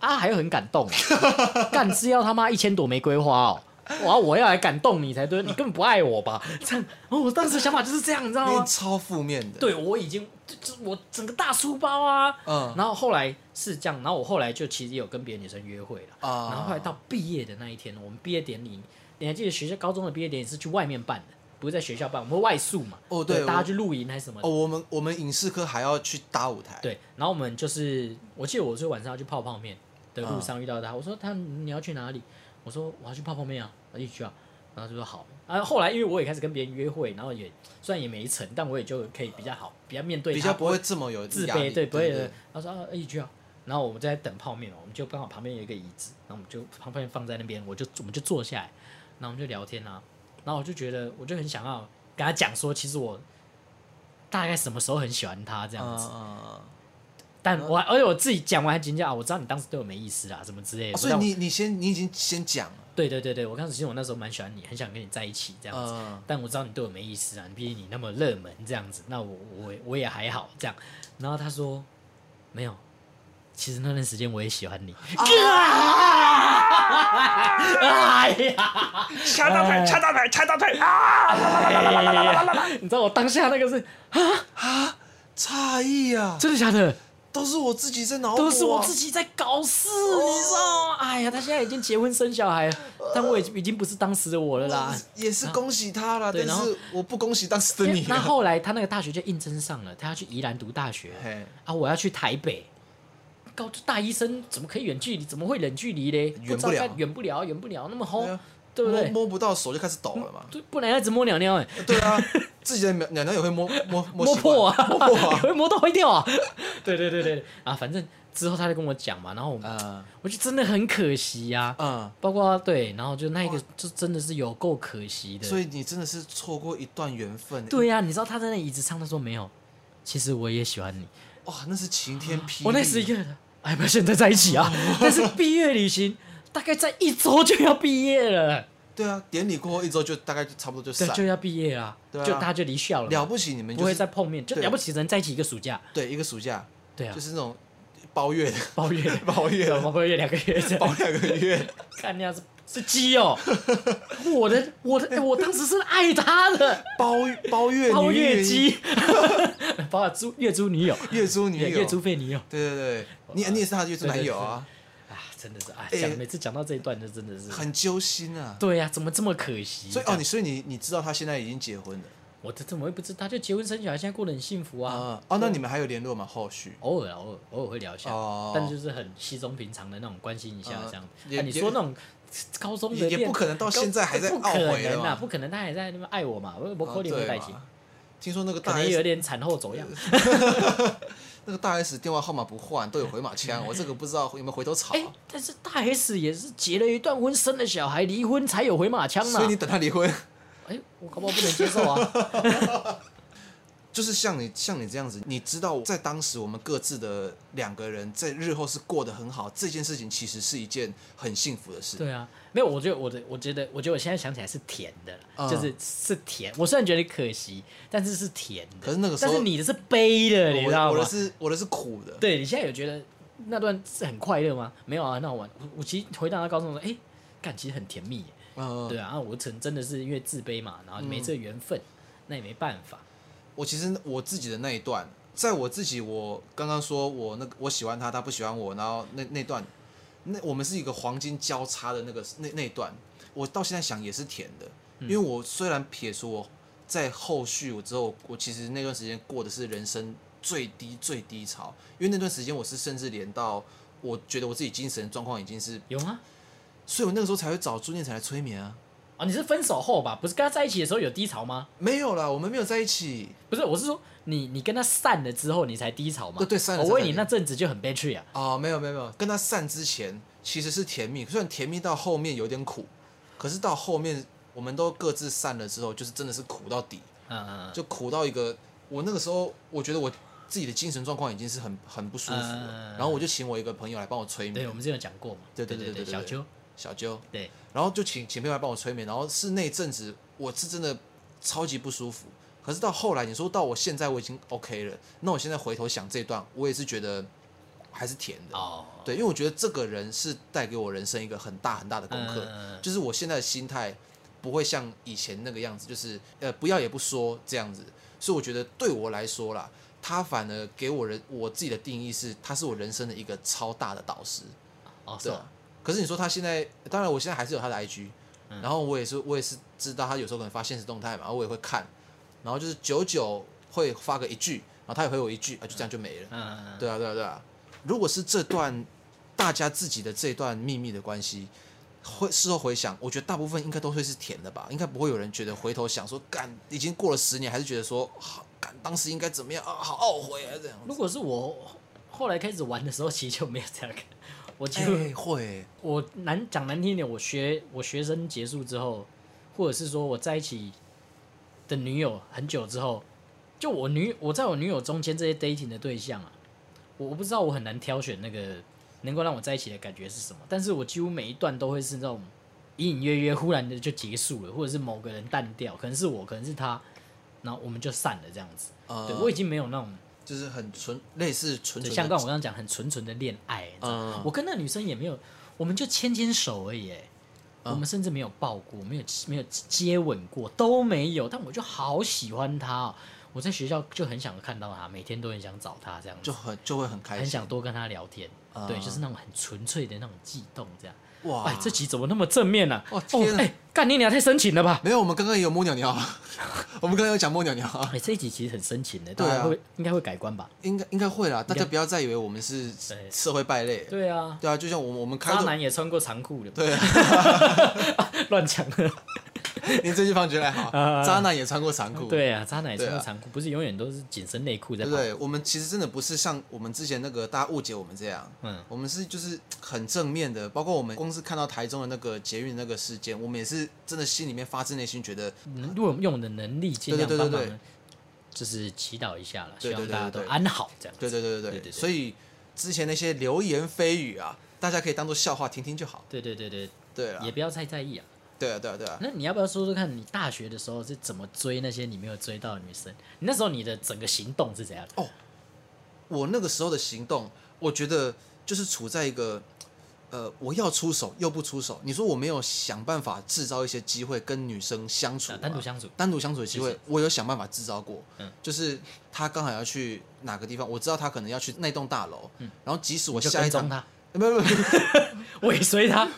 B: 啊，还有很感动，哦 干是要他妈一千朵玫瑰花哦！哇，我要来感动你才对，你根本不爱我吧？这样，哦，我当时想法就是这样，你知道吗
A: 你？超负面的。，
B: 哦对，我已经这这我整个大书包啊。
A: 嗯
B: 然后后来是这样，然后我后来就其实有跟别的女生约会了。
A: 啊
B: 然后后来到毕业的那一天，我们毕业典礼，你还记得学校高中的毕业典礼是去外面办的，不是在学校办，我们会外宿嘛。
A: 哦对
B: 对，大家
A: 我
B: 去露营还是什么的
A: 哦，。我们我们影视科还要去搭舞台。，
B: 对，然后我们就是，我记得我是晚上要去泡泡面的路上遇到他，我说他你要去哪里？我说我要去泡泡面啊，一起去啊。然后他就说好。啊，后来因为我也开始跟别人约会，然后也虽然也没成，但我也就可以比较好，比较面对
A: 比
B: 他
A: 较不会这么有
B: 自
A: 压力
B: 卑，对，不会
A: 对
B: 的。他说啊，一起去啊。然后我们在等泡面嘛，我们就刚好旁边有一个椅子，然后我们就旁边放在那边，我就我们就坐下来，然后我们就聊天啊。然后我就觉得，我就很想要跟他讲说，其实我大概什么时候很喜欢他
A: 这
B: 这样子。
A: 嗯
B: 但我还而且我自己讲完还紧张啊，我知道你当时对我没意思啦，什么之类
A: 哦
B: 的。
A: 所以
B: 但我
A: 你你先你已经先讲了，
B: 对对对对，我当时其实我那时候蛮喜欢你，很想跟你在一起这样子。
A: 嗯
B: 但我知道你对我没意思啊，你毕竟你那么热门这样子，那我我我也还好这样。然后他说没有，其实那段时间我也喜欢你。哎呀，
C: 掐大
A: 哎
C: 腿，掐大腿，掐大腿啊！
B: 你知道我当下那个是
A: 啊诧异啊，
B: 真的假的？
A: 都是我自己在脑补、啊，
B: 都是我自己在搞事，你知道吗？哎呀，他现在已经结婚生小孩了，但我已经已经不是当时的我了啦。
A: 也是恭喜他啦，
B: 对
A: 但
B: 然后
A: 是我不恭喜当时的你、
B: 那
A: 啊。
B: 后来他那个大学就应征上了，他要去宜兰读大学
A: 嘿，
B: 啊，我要去台北。高就大医生怎么可以远距离？怎么会远距离嘞？
A: 远不
B: 知道
A: 了
B: 该远不了，远不了，那么
A: 对
B: 轰
A: 啊。
B: 对不
A: 摸
B: 对？
A: 摸不到手就开始抖了嘛。
B: 对，不然要一直摸鸟鸟哎、
A: 对啊，自己的鸟鸟鸟也会摸摸摸
B: 摸
A: 习惯
B: 破啊，
A: 摸破啊。
B: 会 摸到会掉啊。对对对对对啊，反正之后他就跟我讲嘛，然后我们
A: 嗯
B: 我就真的很可惜呀、
A: 嗯，
B: 包括对，然后就那一个就真的是有够可惜的。
A: 所以你真的是错过一段缘分。
B: 对呀、你知道他在那椅子上，他说没有，其实我也喜欢你。
A: 哇，那是晴天霹雳。
B: 我那时一个人，哎，不要现在在一起啊！
A: 哦
B: 但是毕业旅行大概在一周就要毕业了，
A: 对啊，典礼过后一周就大概就差不多就
B: 对，
A: 散
B: 就要毕业啊，
A: 对啊
B: 就大家就离校了嘛，
A: 了不起，你们
B: 不
A: 就
B: 会
A: 是
B: 再碰面，就
A: 对
B: 了不起只能在一起一个暑假，
A: 对一个暑假
B: 对啊，
A: 就是那种包月的
B: 包月，
A: 包月
B: 对包月两个月这样，
A: 包 两个月，
B: 看那样子是鸡哦，我的我的，哎我当时是爱他的，
A: 包包月
B: 包
A: 女
B: 月鸡， 包月租月租女友，
A: 月租女
B: 月哦
A: 友
B: 月。租费女友
A: 对对对，你你也是他的月租男友啊，
B: 啊，真的是啊，
A: 哎
B: 讲每次讲到这一段就真的是，
A: 很揪心啊。
B: 对呀、怎么这么可惜？
A: 所以哦，你所以你你知道他现在已经结婚了
B: 我这怎么会不知道？就结婚生小孩，现在过得很幸福啊。
A: 啊？哦，那你们还有联络吗？后续？
B: 偶尔啊偶尔偶尔会聊一下，
A: 哦
B: 但就是很稀松平常的那种关心一下
A: 嗯
B: 这样。
A: 也
B: 啊、你说那种高中的
A: 也
B: 恋
A: 也不可能到现在还在
B: 不可
A: 懊悔
B: 能
A: 了
B: 啊，
A: 嘛
B: 不可能他还在那边爱我嘛，我我
A: 哦
B: 扣你
A: 对
B: 会
A: 嘛
B: 在一起，
A: 听说那个
B: 可
A: 大
B: 能有
A: S
B: 点产后走样。
A: 那个大 S 电话号码不换都有回马枪，我这个不知道有没有回头草
B: 哎、，但是大 S 也是结了一段婚，生了小孩，离婚才有回马枪嘛
A: 所以。你等他离婚。
B: 哎、我搞不好不能接受啊。
A: 就是像你像你这样子，你知道在当时我们各自的两个人在日后是过得很好，这件事情其实是一件很幸福的事。
B: 对啊，没有，我觉得我的，我觉得，我觉得我现在想起来是甜的啦，
A: 嗯
B: 就是是甜。我虽然觉得可惜，但是是甜的。
A: 可是那个时
B: 但
A: 候，
B: 是你的是悲的，你
A: 我
B: 知
A: 的
B: 道
A: 我
B: 吗
A: 的？是我的是苦的，
B: 对你现在有觉得那段是很快乐吗？没有啊，那我玩我我其实回到他高中的时候，哎、感其实很甜蜜耶。
A: 嗯，
B: 对啊，啊我曾真的是因为自卑嘛，然后没这个缘分，那也没办法。
A: 我其实我自己的那一段，在我自己我刚刚说我那个我喜欢他，他不喜欢我，然后那那段，那我们是一个黄金交叉的那个那那一段，我到现在想也是甜的，因为我虽然撇除我在后续我之后，我其实那段时间过的是人生最低最低潮，因为那段时间我是甚至连到我觉得我自己精神状况已经是，
B: 有吗？
A: 所以我那个时候才会找朱念才来催眠啊，
B: 啊，你是分手后吧？不是跟他在一起的时候有低潮吗？
A: 没有啦，我们没有在一起，
B: 不是，我是说你你跟他散了之后你才低潮嘛？哦
A: 对对散了
B: 我为
A: 才
B: 你
A: 低
B: 那阵子就很悲催啊。
A: 哦，没有没有没有，跟他散之前其实是甜蜜，虽然甜蜜到后面有点苦，可是到后面我们都各自散了之后，就是真的是苦到底，
B: 嗯嗯嗯，
A: 就苦到一个我那个时候我觉得我自己的精神状况已经是很很不舒服了，
B: 嗯
A: 然后我就请我一个朋友来帮我催
B: 对，
A: 眠
B: 我，们之前有讲过嘛？
A: 对
B: 对
A: 对对对
B: 对，
A: 对
B: 小
A: 对
B: 秋，
A: 小啾，
B: 对，
A: 然后就请请朋友来帮我催眠，然后是那一阵子我是真的超级不舒服，可是到后来你说到我现在我已经 OK 了，那我现在回头想这段，我也是觉得还是甜的。
B: 哦，
A: 对，因为我觉得这个人是带给我人生一个很大很大的功课，
B: 嗯
A: 就是我现在的心态不会像以前那个样子，就是呃不要也不说这样子。所以我觉得对我来说啦，他反而给我人我自己的定义是，他是我人生的一个超大的导师。
B: 哦，是
A: 对
B: 哦
A: 啊，可是你说他现在，当然我现在还是有他的 IG，、然
B: 嗯
A: 后我也是我也是知道他有时候可能发现实动态嘛，然后我也会看，然后就是久久会发个一句，然后他也回我一句，啊就这样就没了。
B: 嗯嗯嗯，
A: 对啊，对啊，对啊。如果是这段大家自己的这段秘密的关系，会事后回想，我觉得大部分应该都会是甜的吧，应该不会有人觉得回头想说，干已经过了十年，还是觉得说，好、干当时应该怎么样啊，好懊悔啊这样
B: 如
A: 子。
B: 果是我后来开始玩的时候，其实就没有这样看。我
A: 哎、
B: 几乎、
A: 会，
B: 我难讲难听一点，我学我学生结束之后，或者是说我在一起的女友很久之后，就我女我在我女友中间这些 dating 的对象啊，我我不知道我很难挑选那个能够让我在一起的感觉是什么，但是我几乎每一段都会是那种隐隐约约忽然的就结束了，或者是某个人淡掉，可能是我，可能是他，然后我们就散了这样子。
A: 呃，
B: 对我已经没有那种。
A: 就是很纯，类似纯
B: 对，
A: 纯
B: 像
A: 的
B: 刚我刚刚讲，很纯纯的恋爱，你知道吗
A: 嗯
B: 我跟那女生也没有，我们就牵牵手而已、欸
A: 嗯
B: 我们甚至没有抱过，没有没有接吻过，都没有。但我就好喜欢她、哦，我在学校就很想看到她，每天都很想找她，这样子
A: 就很就会很开
B: 很
A: 心，
B: 想多跟她聊天。
A: 嗯、
B: 对，就是那种很纯粹的那种悸动，这样。
A: 哇
B: 哎，，这集怎么那么正面呢、
A: 哇
B: 哦，
A: 天啊
B: 哎，干你俩太深情了吧？
A: 没有，我们刚刚也有摸鸟 鸟啊，我们刚刚有讲摸鸟鸟啊，
B: 哎，这一集其实很深情的，
A: 对啊
B: 大家会应该会改观吧？
A: 应该应该会啦，大家
B: 应该
A: 不要再以为我们是
B: 对
A: 社会败类，
B: 对啊，
A: 对啊，就像我们我们开
B: 渣
A: 头，
B: 男也穿过长裤的，
A: 对啊，啊
B: 乱讲的。
A: 您这句放进来好
B: 啊，
A: 渣男也穿过长裤，
B: 对啊，渣男也
A: 对
B: 穿过
A: 啊
B: 长裤，不是永远都是紧身内裤在
A: 对不
B: 跑？
A: 对？我们其实真的不是像我们之前那个大家误解我们这样，
B: 嗯，
A: 我们是就是很正面的，包括我们光是看到台中的那个捷运那个事件，我们也是真的心里面发自内心觉得，
B: 能如果用我的能力尽量
A: 对对
B: 帮
A: 对对
B: 忙，就是祈祷一下了，
A: 对
B: 希
A: 对
B: 望大家都
A: 对对对
B: 安好这样子。
A: 对对对对
B: 对
A: 对
B: 对对
A: 所以之前那些流言蜚语啊，大家可以当做笑话听听就好。
B: 对对对对，
A: 对啊
B: 也，不要太在意啊。
A: 对啊，对啊，对啊。
B: 那你要不要说说看你大学的时候是怎么追那些你没有追到的女生？你那时候你的整个行动是怎样的？啊
A: 我那个时候的行动，我觉得就是处在一个，呃，我要出手又不出手。你说我没有想办法制造一些机会跟女生相处、
B: 啊单独相处
A: 单独相处的机
B: 是
A: 会
B: 是，
A: 我有想办法制造过。
B: 嗯
A: 就是她刚好要去哪个地方，我知道她可能要去那栋大楼，然后即使我
B: 嗯就
A: 下
B: 跟
A: 一哎场
B: 踪，他，
A: 没有没有没有，
B: 尾随他，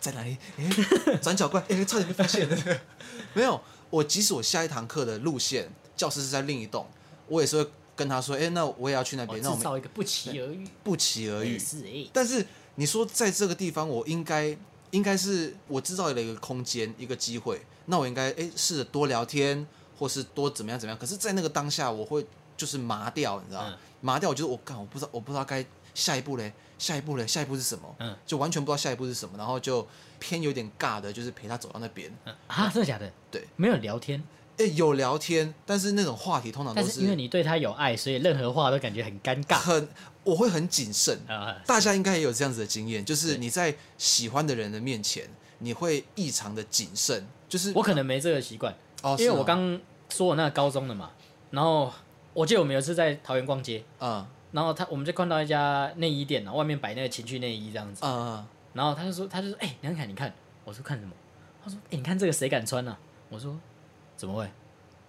A: 在哪里？诶转角怪，哎、差点被发现了。 没有，我即使我下一堂课的路线教室是在另一栋，我也是会跟他说，哎、那我也要去那
B: 哦
A: 边，那我
B: 制
A: 们
B: 造一个 不期而遇。
A: 不期而
B: 也
A: 遇。
B: 是哎、
A: 但是你说在这个地方，我应该应该是我制造了一个空间，一个机会，那我应该哎试着多聊天，或是多怎么样怎么样。可是，在那个当下，我会就是麻掉，你知道吗？
B: 嗯
A: 麻掉，我就是我干，我不知道，我不知道该下一步嘞，下一步嘞，下一步是什么？
B: 嗯
A: 就完全不知道下一步是什么，然后就偏有点尬的，就是陪他走到那边。
B: 嗯啊，真的假的？
A: 对，
B: 没有聊天，
A: 哎，有聊天，但是那种话题通常都
B: 但是因为你对他有爱，所以任何话都感觉很尴尬
A: 很，我会很谨慎。
B: 啊。
A: 大家应该也有这样子的经验，就是
B: 对
A: 你在喜欢的人的面前，你会异常的谨慎，就是
B: 我可能没这个习惯，
A: 哦，
B: 因为
A: 是哦
B: 我刚说我那个高中的嘛，然后我记得我们有一次在桃园逛街，
A: 嗯
B: 然后他我们就看到一家内衣店，然后啊外面摆那个情趣内衣这样子，
A: 嗯嗯
B: 然后他就说他就说哎、欸梁凯你看，我说看什么？他说哎、欸你看这个谁敢穿呢、啊？我说怎么会？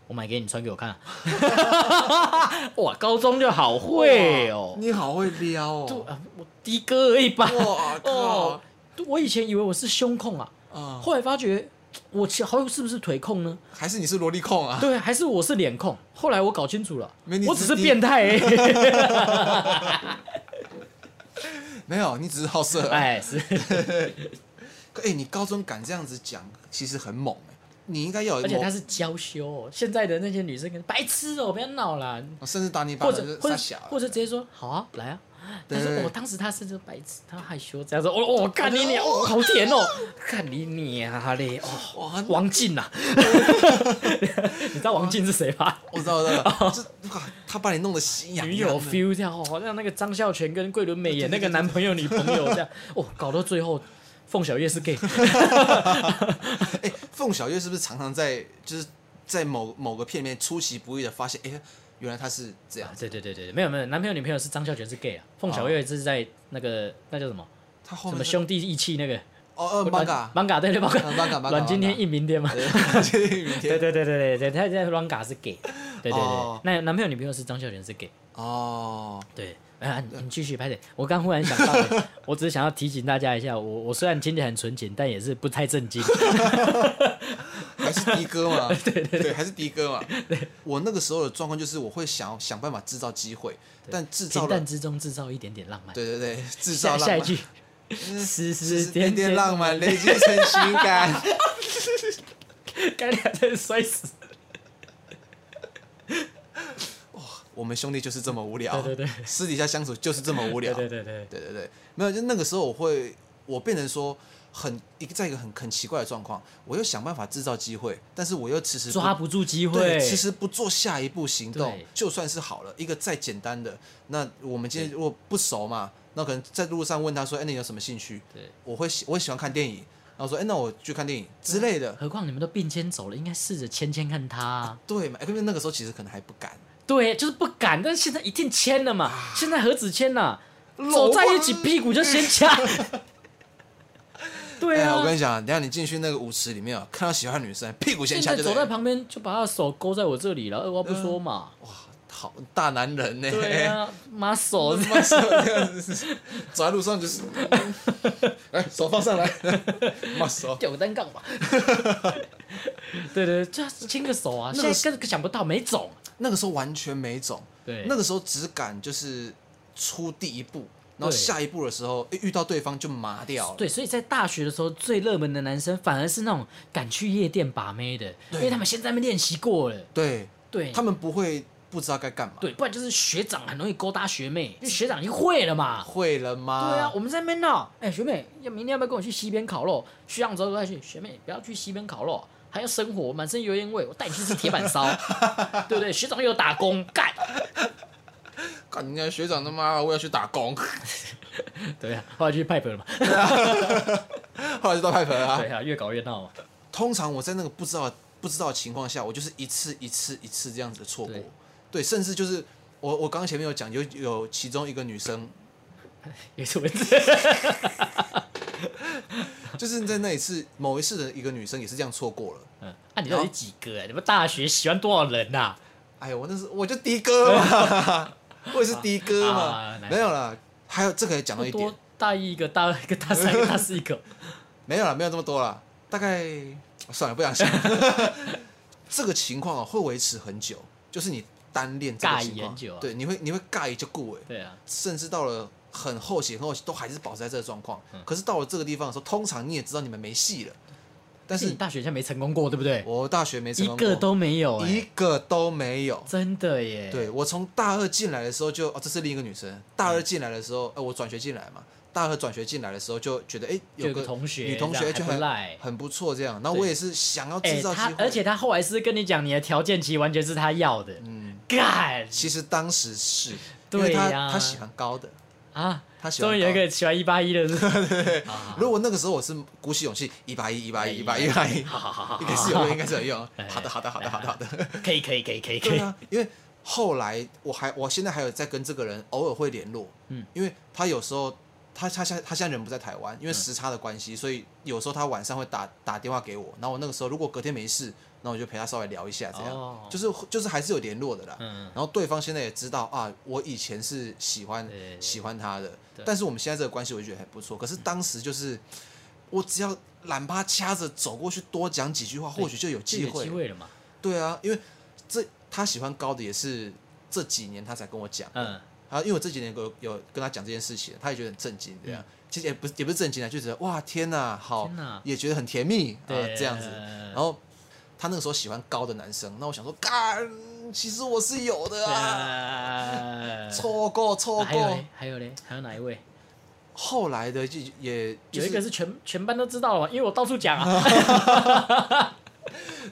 B: 我买给你穿给我看、啊，啊 哇，高中就好会哦
A: 哇，你好会撩
B: 就
A: 哦，
B: 啊我的哥而已吧，
A: 哇
B: 哦
A: 靠，，
B: 我以前以为我是胸控啊，
A: 嗯，
B: 后来发觉我其好像是不是腿控呢？
A: 还是你是萝莉控啊？
B: 对，还是我是脸控？后来我搞清楚了
A: 没，你
B: 我只
A: 是
B: 是变态而 已。
A: 没有，你只是好色。哎，
B: 哎，是，
A: 哎，你高中敢这样子讲，其实很猛哎，你应该要有
B: 而
A: 一
B: 且
A: 种
B: 他是娇羞哦、现在的那些女生跟白痴哦、不要闹啦，
A: 哦甚至打你巴
B: 或
A: 掌
B: 者
A: 就是
B: 或
A: 傻
B: 者
A: 小啊，
B: 或者直接说好啊，来啊。
A: 对
B: 但是
A: 对
B: 我、
A: 对
B: 当时他是这白痴，他害羞这样说，哦哦，干你娘，哦，好甜哦、看你娘嘞，哦，
A: 哇，
B: 王 静呐、啊， 你知道王静是谁吧？
A: 我知道我知 道，这哇，他把你弄得心痒
B: 女
A: 痒
B: 友
A: 的
B: feel 这样哦，像那个张孝全跟桂纶镁演那个男朋友女朋 友这样，哦，搞到最后，凤小岳是 gay，啊
A: 哎、凤小岳是不是常常在就是在某某个片里面出其不意的发现，哎、原来他是这样，
B: 对对对对对，没有没有，男朋友女朋友是张孝全是 gay 啊，凤
A: 哦
B: 小岳是在那个那叫什么
A: 他后
B: 什
A: 面
B: 么
A: 是
B: 兄弟义气那个
A: 哦呃
B: 阮
A: manga
B: 阮嘎对对
A: 呃 manga
B: manga，
A: manga，
B: 阮今天
A: manga
B: 应明天嘛，
A: 对确定明
B: 对
A: 天
B: 对对对对对，他在阮嘎是 gay，对对对
A: 哦，
B: 那男朋友女朋友是张孝全是 gay，
A: 哦，
B: 对。啊，你你继续拍点。我刚忽然想 到了，我只是想要提醒大家一下，我我虽然听起来很纯情，但也是不太 正经。
A: 还是的哥 嘛，对对对，还是的哥嘛。 我那个时候的状况就是我会想想办法制造机会，但制造
B: 平
A: 了
B: 淡，之中制造一点点浪漫。
A: 对对对，制
B: 下
A: 造浪
B: 下
A: 漫
B: 一，句，
A: 嗯是
B: 时时
A: 是
B: 点
A: 点
B: 点
A: 点
B: 浪
A: 浪漫累积成情感。
B: 干俩真摔死。
A: 我们兄弟就是这么无聊，
B: 对对对
A: 私底下相处就是这么无聊，
B: 对对对对，
A: 对对对，没有，就那个时候我会，我变成说很一个在一个很很奇怪的状况，我又想办法制造机会，但是我又迟迟不
B: 抓不住机会
A: 对，，迟迟不做下一步行动
B: 对，
A: 就算是好了，一个再简单的，那我们今天如果不熟嘛，那可能在路上问他说，哎、你有什么兴趣？
B: 对，
A: 我会喜我喜欢看电影，然后说，哎、那我去看电影之类的，
B: 何况你们都并肩走了，应该试着牵牵看他啊。
A: 对嘛？哎因为那个时候其实可能还不敢，
B: 对，就是不敢，但是现在一定牵了嘛。现在何止牵呐，走在一起屁股就先掐。 对
A: 哎呀
B: 啊，
A: 我跟你讲，等一下你进去那个舞池里面啊，看到喜欢的女生，屁股先
B: 现
A: 翘
B: 在
A: 就
B: 走
A: 对
B: 在
A: 了
B: 旁边就把他的手勾在我这里了，二话不说嘛。
A: 哇，好大男人呢、
B: 对啊，妈手
A: 他妈手这样子，走在路上就是，来手放上来，妈手。
B: 吊个单杠吧。对对，就牵个手啊，
A: 那
B: 现
A: 个
B: 在根本想不到没种。
A: 那个时候完全没种，
B: 对，
A: 那个时候只敢就是出第一步，然后
B: 对
A: 下一步的时候诶遇到对方就麻掉了。
B: 对，所以在大学的时候最热门的男生反而是那种敢去夜店把妹的，因为他们先在那边练习过了。
A: 对，
B: 对，
A: 他们不会不知道该干嘛。
B: 对，不然就是学长很容易勾搭学妹，因为学长已经会了嘛。
A: 会了吗？
B: 对啊，我们在那边闹，哎、学妹，要明天要不要跟我去西边烤肉？学长之后再去，学妹不要去西边烤肉，还要生火，满身油烟味，我带你去吃铁板 烧，对不对？学长又有打工干，
A: 干人家学长他妈的，我要去打工，
B: 对啊，后来去派本了嘛，
A: 后来就到派盆啊
B: 对。啊，越搞越 闹嘛，
A: 通常我在那个不知道不知道的情况下，我就是一次一次一次这样子的错过
B: 对，
A: 对，甚至就是我我刚刚前面有讲，有有其中一个女生，
B: 也是文字，
A: 就是在那一次某一次的一个女生也是这样错过了。
B: 嗯，啊，你到底几个、啊？你们大学喜欢多少人啊呐、
A: 哎呦，我那是我就的哥 嘛，我也是的哥嘛
B: 啊，来
A: 没有啦，还有这个也讲
B: 那
A: 了一
B: 么
A: 点
B: 多，大一一个，大二一个，大三一个，大四一个，
A: 没有啦，没有这么多啦，大概算了，不想想。 这个情况啊，会维持很久，就是你单恋这个
B: 尬
A: 情况
B: 很久啊
A: 对，你会你会尬就顾尾，
B: 对啊，
A: 甚至到了很后期、很后期都还是保持在这个状况。
B: 嗯
A: 可是到了这个地方的时候，通常你也知道你们没戏了，但
B: 但是你
A: 是
B: 大学现在没成功过，对不对？
A: 我大学没成
B: 一
A: 功过
B: 个都没有、哎
A: 一个都没有。
B: 真的耶，
A: 对我从大二进来的时候就哦，这是另一个女生。大
B: 嗯
A: 二进来的时候，哎、我转学进来嘛。大二转学进来的时候就觉得，哎、
B: 就有
A: 个
B: 个同学
A: 女同
B: 这
A: 学
B: 样
A: 就
B: 还不
A: 很
B: 赖
A: 很不错这样。然后我也是想要
B: 哎、
A: 制造机
B: 他
A: 会，
B: 而且他后来是跟你讲你的条件，其实完全是他要的。嗯，干
A: 其实当时是因
B: 对
A: 为她
B: 呀
A: 她喜欢高的，
B: 啊！
A: 她喜欢
B: 终于
A: 高
B: 有
A: 的
B: 一个喜欢一八一的是不是，
A: 如果那个时候我是鼓起勇气，一百一、一百一、一百一、一百一，
B: 好好好好
A: 应该是有用，应该是有用
B: 哎。
A: 好的，好的，好的，好的，好的。
B: 可以可以可以可以可
A: 对
B: 以，
A: 啊，因为后来我还，我现在还有在跟这个人偶尔会联络，
B: 嗯，
A: 因为他有时候他他现在他现在人不在台湾，因为时差的关系，所以有时候他晚上会打打电话给我，然后我那个时候如果隔天没事，那我就陪他稍微聊一下，这
B: 哦
A: 样，就是就是还是有联络的啦。
B: 嗯，
A: 然后对方现在也知道啊，我以前是喜欢
B: 对
A: 喜欢他的
B: 对，嗯
A: 但是我们现在这个关系我就觉得还不错。可是当时就是，我只要懒趴掐着走过去多讲几句话，
B: 对
A: 或许就有机
B: 就有
A: 会。
B: 机会了嘛，
A: 对啊，因为这他喜欢高的也是这几年他才跟我讲
B: 嗯，
A: 啊，因为我这几年有有跟他讲这件事情，他也觉得很震惊，这样。其实也不是也不是震惊啊，就觉得哇天呐，好
B: 嗯天哪，
A: 也觉得很甜蜜啊
B: 对，嗯
A: 这样子。然后他那个时候喜欢高的男生，那我想说，干，其实我是有的啊。
B: 呃，
A: 错过，错
B: 还有
A: 过
B: 嘞。，还有嘞，还有哪一位？
A: 后来的就也就
B: 有一个是全全班都知道了嘛，因为我到处讲啊，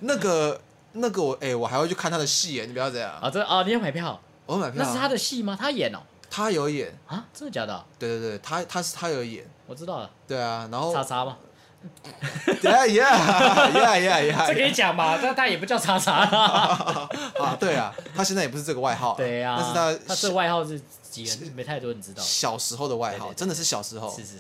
A: 那个那个我哎、我还会去看他的戏耶，你不要这样。
B: 啊，这啊，你要买票，
A: 我会买票、
B: 那
A: 啊，
B: 是他的戏吗？他演哦，
A: 他有演，
B: 啊，真的假的？
A: 对对对，他他是他有演，
B: 我知道了，
A: 对啊，然后
B: 叉叉嘛，
A: 呀呀呀呀
B: 这可
A: 呀，
B: 以讲嘛，但他也不叫叉
A: 哎
B: 叉，
A: 啊对啊，他现在也不是这个外号，啊
B: 对啊呀，
A: 但是
B: 他
A: 他
B: 这
A: 小
B: 外号是几人？没太多人知道，
A: 小时候的外
B: 对
A: 号，
B: 对对
A: 真的是小时候
B: 是，是是。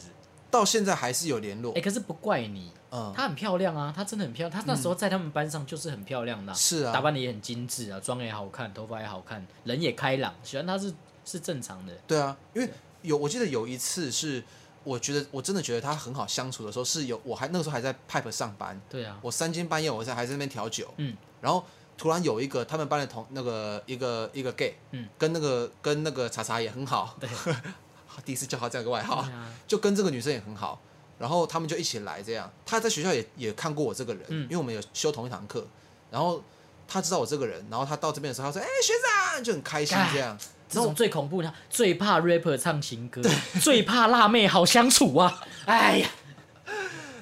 A: 到现在还是有联络
B: 哎、，可是不怪你，
A: 嗯，
B: 她很漂亮啊，她真的很漂亮。她那时候在他们班上就是很漂亮的啊、
A: 是啊
B: 打扮的也很精致啊，妆也好看，头发也好看，人也开朗，喜欢她是是正常的。
A: 对啊，因为有我记得有一次是。我觉得我真的觉得他很好相处的时候，是有我还那个时候还在 Pipe 上班，
B: 对啊，
A: 我三更半夜我在还在那边调酒，
B: 嗯，
A: 然后突然有一个他们班的同那个一个一个 gay，
B: 嗯，
A: 跟那个跟那个查查也很好，
B: 对
A: 第一次叫他这样一个外号
B: 对，啊，
A: 就跟这个女生也很好，然后他们就一起来这样。他在学校也也看过我这个人，
B: 嗯
A: 因为我们有修同一堂课，然后他知道我这个人，然后他到这边的时候，他说：“哎、学长！”就很开心这样。
B: 这
A: 然后
B: 种最恐怖的，最怕 rapper 唱情歌，最怕辣妹好相处啊！哎呀，
A: 那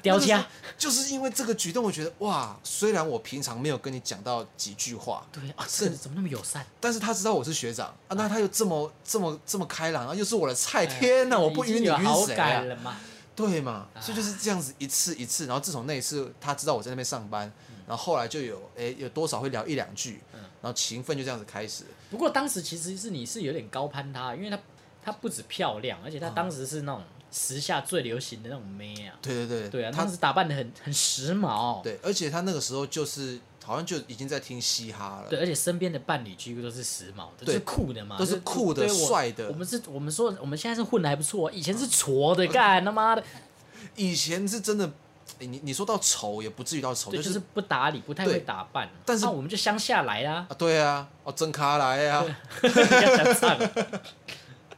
B: 屌
A: 个时候
B: 家，
A: 就是因为这个举动，我觉得哇，虽然我平常没有跟你讲到几句话，
B: 对啊，
A: 是
B: 这个人怎么那么友善？
A: 但是他知道我是学长啊，那他又这么这么这么开朗，然后啊又是我的菜，
B: 哎呀
A: 天哪，我不
B: 已
A: 晕
B: 经
A: 你
B: 有
A: 晕
B: 好
A: 谁啊
B: 感？了嘛？
A: 对嘛，
B: 啊
A: 所以就是这样子一次一次，然后自从那一次他知道我在那边上班，
B: 嗯
A: 然后后来就有诶有多少会聊一两句，然后情分就这样子开始。
B: 不过当时其实是你是有点高攀她，因为她她不止漂亮，而且她当时是那种时下最流行的那种妹啊。
A: 对对对，
B: 对啊，
A: 他
B: 当时打扮的很很时髦。
A: 对，而且他那个时候就是好像就已经在听嘻哈了。
B: 对，而且身边的伴侣几乎都是时髦的，就
A: 对
B: 是酷的嘛，
A: 都是
B: 就
A: 酷的
B: 对我
A: 帅的
B: 我们是，我们说我们现在是混的还不错，啊以前是矬的， 干他妈的，
A: 以前是真的，诶你你说到丑也不至于到丑，
B: 对，
A: 就
B: 就是
A: 是
B: 不打理，不太
A: 对
B: 会打扮。啊
A: 但是
B: 那我们就乡下来啦
A: 啊，，对啊，哦，真卡来啊，
B: 人家想 唱，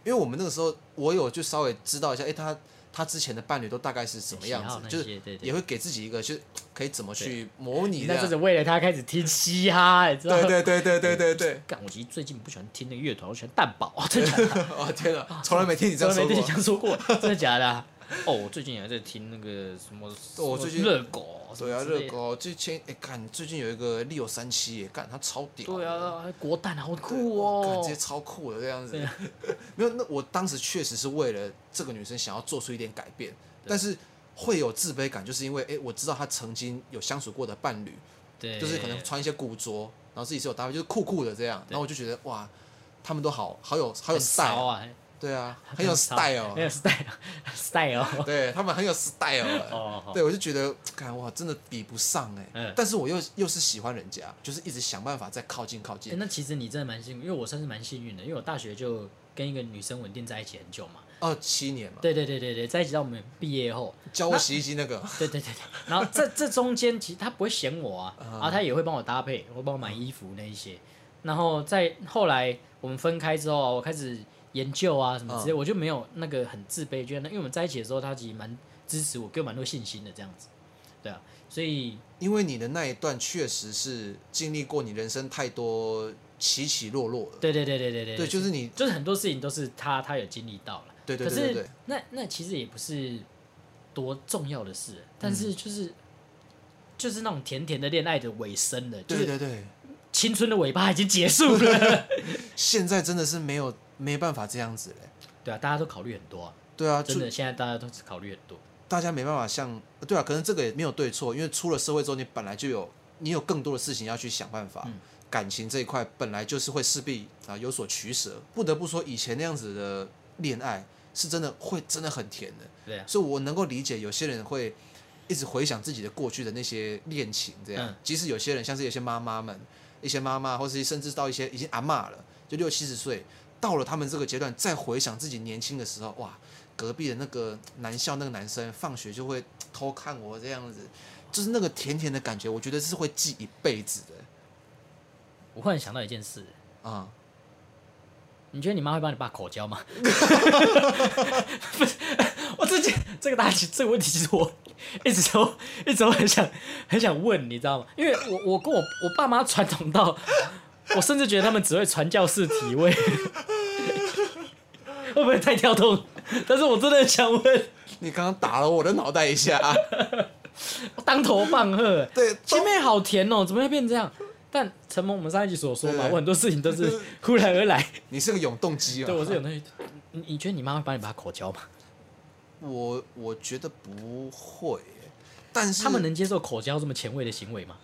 A: 因为我们那个时候，我有就稍微知道一下，哎、他他之前的伴侣都大概是什么样
B: 喜好
A: 子，
B: 那些
A: 就是
B: 对对
A: 也会给自己一个，就是可以怎么去模拟
B: 你
A: 这
B: 那就是
A: 样。
B: 为了他开始听嘻哈，你知道吗？
A: 对对对对对对对。
B: 干，我其实最近不喜欢听那个乐团，我喜欢蛋堡，啊真的假的？
A: 哦天哪，从来没 听你这样
B: 从来
A: 说
B: 没听你这
A: 过。
B: 样说过，真的假的啊？哦，我最近也在听那个 什么，
A: 我
B: 什么
A: 最近
B: 热狗，
A: 对啊，
B: 什么之类
A: 热
B: 的。
A: 狗最前哎，看最近有一个六三七耶，干他超屌。
B: 对啊，国蛋好酷
A: 哇，
B: 哦
A: 看！这些超酷的这样子
B: 对啊。
A: 没有，那我当时确实是为了这个女生想要做出一点改变，但是会有自卑感，就是因为哎、我知道她曾经有相处过的伴侣，
B: 对，
A: 就是可能穿一些古着，然后自己是有搭配，就是酷酷的这样。然后我就觉得哇，他们都好好有好有
B: 很骚
A: style，哦、
B: 啊，
A: 对啊，很有 style，
B: 很有
A: 哦
B: style，style 哦。
A: 对他们很有 style 哦。
B: 哦好
A: 对，我就觉得，看哇，真的比不上哎、
B: 嗯
A: 但是我又又是喜欢人家，就是一直想办法再靠近靠
B: 欸
A: 近。
B: 那其实你真的蛮幸运，因为我算是蛮幸运的，因为我大学就跟一个女生稳定在一起很久嘛。
A: 二哦七年嘛，
B: 对对对对对，在一起到我们毕业后，
A: 教我洗衣机那个，
B: 对对对对。然后这这中间其实她不会嫌我啊，
A: 嗯
B: 然后她也会帮我搭配，会帮我买衣服那一些。然后在后来我们分开之后啊，我开始研究啊什么之类，我就没有那个很自卑，觉得因为我们在一起的时候，她其实蛮支持我，给我蛮多信心的这样子。对啊，所以
A: 因为你的那一段确实是经历过你人生太多起起落落了。
B: 对对对对对对，
A: 对，就是你，
B: 就是很多事情都是他他有经历到了，
A: 对对
B: 可
A: 对对对
B: 是，那那其实也不是多重要的事，但
A: 嗯
B: 是就是、就是那种甜甜的恋爱的尾声了，就
A: 对
B: 是
A: 对对，
B: 青春的尾巴已经结束了。
A: 现在真的是没有没办法这样子嘞。
B: 对啊，大家都考虑很多、啊，
A: 对啊，就
B: 真的现在大家都是考虑很多。
A: 大家没办法像，对啊，可能这个也没有对错，因为出了社会之后，你本来就有你有更多的事情要去想办法。
B: 嗯
A: 感情这一块本来就是会势必啊有所取舍，不得不说以前那样子的恋爱是真的会真的很甜的，
B: 对啊，
A: 所以我能够理解有些人会一直回想自己的过去的那些恋情，这样。
B: 嗯
A: 即使有些人像是有些妈妈们、一些妈妈，或是甚至到一些已经阿嬷了，就六七十岁，到了他们这个阶段，再回想自己年轻的时候，哇，隔壁的那个男校那个男生放学就会偷看我这样子，就是那个甜甜的感觉，我觉得是会记一辈子的
B: 我忽然想到一件事，
A: 啊、
B: 你觉得你妈会帮你爸口交吗？不是， 我自己这个答题这个问题，其实我一直都一直都很想很想问，你知道吗？因为我我跟我我爸妈传统到，我甚至觉得他们只会传教士体位，会不会太跳动？但是我真的很想问，
A: 你刚刚打了我的脑袋一下，
B: 当头棒喝，
A: 对
B: 前面好甜哦，怎么会变这样？但陈萌，我们上一集所说嘛，
A: 对
B: 我很多事情都 是忽然而来。
A: 你是个永动机啊！
B: 对，我是有东西。你你觉得你妈会帮你把口交吗？
A: 我我觉得不会耶，但是
B: 他们能接受口交这么前卫的行为吗？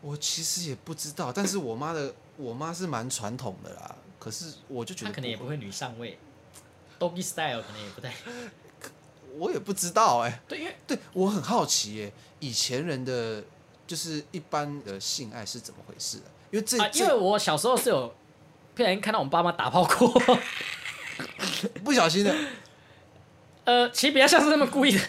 A: 我其实也不知道，但是我妈的，我妈是蛮传统的啦。可是我就觉
B: 他
A: 得，
B: 可能也不，会女上位，doggy style 可能也不太
A: 我也不知道哎、
B: 对，因为
A: 对我很好奇耶、以前人的就是一般的性爱是怎么回事、啊？因为这、
B: 啊，因为
A: 这
B: 我小时候是有不小心看到我爸妈打炮过，
A: 不小心的，
B: 呃，其实比较像是他们故意的。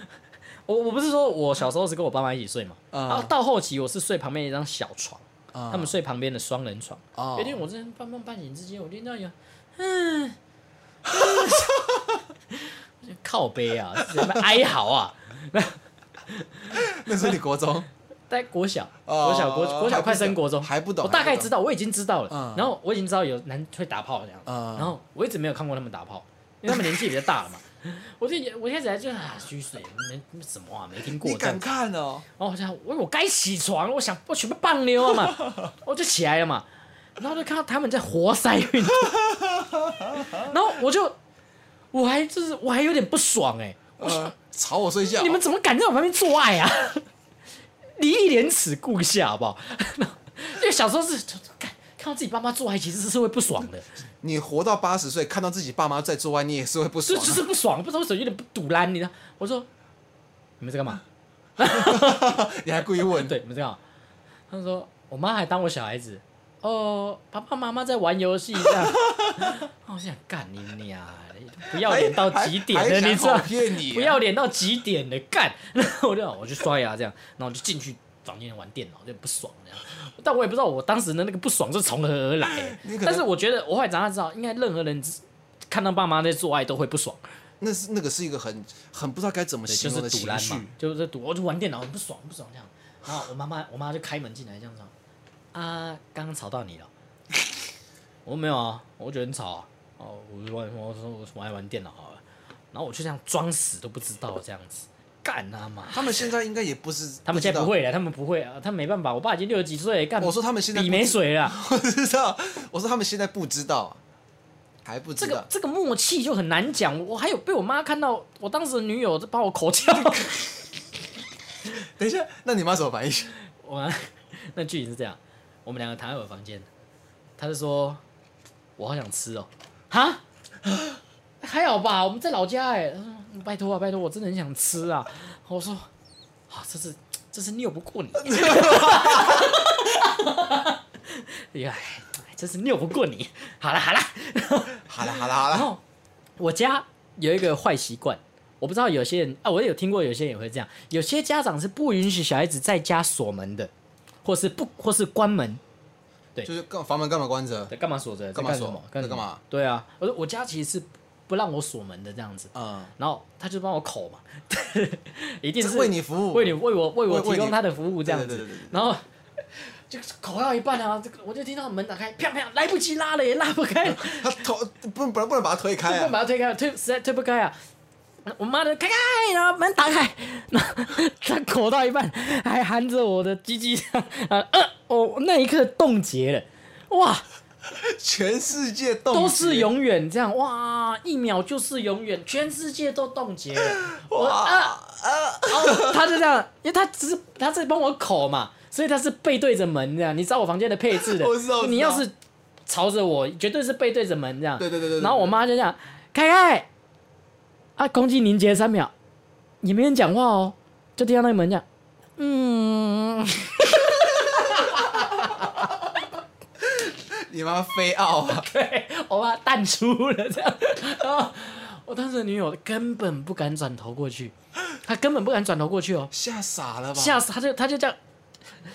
B: 我我不是说我小时候是跟我爸妈一起睡嘛，
A: 啊
B: 然后到后期我是睡旁边一张小床，
A: 啊
B: 他们睡旁边的双人床。
A: 啊
B: 有一天哎我真的半梦半醒之间，我听到哦有，嗯， 嗯靠背啊，是什么哀嚎啊？
A: 那是你国 中
B: 在国小，
A: 哦
B: 国小国国小快升国中
A: 还不懂
B: 我大概
A: 还不懂
B: 知道，我已经知道了
A: 嗯。
B: 然后我已经知道有男会打炮这样，
A: 嗯
B: 然后我一直没有看过他们打炮，因为他们年纪比较大了嘛。 我就我一开始还就啊虚水，没什么啊，没听过
A: 你
B: 这样
A: 敢。看 哦？
B: 然后我想，我我该起床了，我想我全部半溜 了嘛，我就起来了嘛，然后就看到他们在活塞运动，然后我就我还就是我还有点不爽哎、
A: 呃，吵我睡觉，
B: 你们怎么敢在我旁边做爱啊？礼义廉耻，顾一下好不好？ 因为小时候是看看到自己爸妈做爱，其实是会不爽的，
A: 你活到八十岁，看到自己爸妈在做爱，你也是会不
B: 就
A: 爽、啊。
B: 就是不爽，不知道为什么有点不堵烂，你知道？我说你们在干嘛？
A: 你还故意问，
B: 对，你们在干嘛？他说我妈还当我小孩子，哦，爸爸妈妈在玩游戏这样。 我想干你娘，你不要脸到极点
A: 哎还
B: 了，
A: 还想
B: 你知道
A: 好？骗你啊、
B: 不要脸到极点的干，然后我就我去刷牙这样，然后我就进去房间玩电脑，就很不爽这样。但我也不知道我当时的那个不爽是从何而来欸
A: 你可能，
B: 但是我觉得我后来长大知道，应该任何人看到爸妈在做爱都会不爽，
A: 那是那个是一个很很不知道该怎么
B: 对，
A: 形
B: 就
A: 容的
B: 是堵
A: 情
B: 烂
A: 绪
B: 嘛，，就是堵，我就玩电脑很不爽，很不爽这样。然后我妈妈，我妈就开门进来这样说：“啊，刚刚吵到你了。”我说没有啊，我觉得很吵啊。哦，我就玩，我说我玩玩电脑好了。然后我就这样装死都不知道这样子，干他妈！
A: 他们现在应该也不是，
B: 他们现在不
A: 知
B: 会了，他们不会啊，他们没办法，我爸已经六十几岁了，干
A: 道。我说他们现在
B: 笔
A: 不
B: 没水了。
A: 知道， 我说他们现在不知道，还不
B: 这
A: 知
B: 个
A: 道。
B: 这个默契就很难讲，我还有被我妈看到，我当时的女友把我 口叫，
A: 等一下，那你妈什么反应？
B: 我们那剧情是这样，我们两个躺在我的房间，他就说我好想吃哦，哈，还好吧，我们在老家哎、他说拜托啊拜托，我真的很想吃啊，我说啊这是这是拗不过你，哎哎，真是拗不过你，好了好了。
A: 好了好了好
B: 然
A: 了，
B: 后 我家有一个坏习惯，我不知道有些人啊，我也有听过有些人也会这样，有些家长是不允许小孩子在家锁门的，或是不或是关门，
A: 就是干房门干嘛关着？
B: 对，干嘛锁着？
A: 干嘛
B: 在什
A: 锁
B: 么
A: 在
B: 干什么
A: 干嘛？
B: 对啊，我说我家其实是不让我锁门的这样子，
A: 嗯，
B: 然后他就帮我口嘛， 一定是
A: 为你服务，
B: 为你为我为我
A: 为为
B: 提供
A: 你
B: 他的服务这样子，
A: 对对对对对
B: 然后 就是口到一半啊，这个我就听到门打开，啪啪，来不及拉了也拉不开了。
A: 他头不不能不能把他推
B: 就
A: 开
B: 不能
A: 啊！
B: 把它推开，推实在推不开啊！我妈的，开开，然后门打开，然后 她口到一半，还含着我的鸡 鸡，啊，呃，我那一刻冻结了，哇，
A: 全世界冻结
B: 都是永远这样，哇，一秒就是永远，全世界都 冻结了，我啊，
A: 哇呃，
B: 然后她就这样，因为她只是她在帮我口嘛，所以她是背对着门这样，你知道我房间的配置 的，
A: 我知道我知道
B: 你要是朝着我，绝对是背对着门这样，
A: 对对对对对
B: 然后我妈就这样，凯凯，啊，公鸡凝结三秒，也没人讲话哦，就听到那个门这样，嗯，
A: 你妈非傲 啊！
B: 对，我妈淡出了这样，然后我当时的女友根本不敢转头过去，她根本不敢转头过去 哦，
A: 吓傻了吧？
B: 吓死，她就她就这样，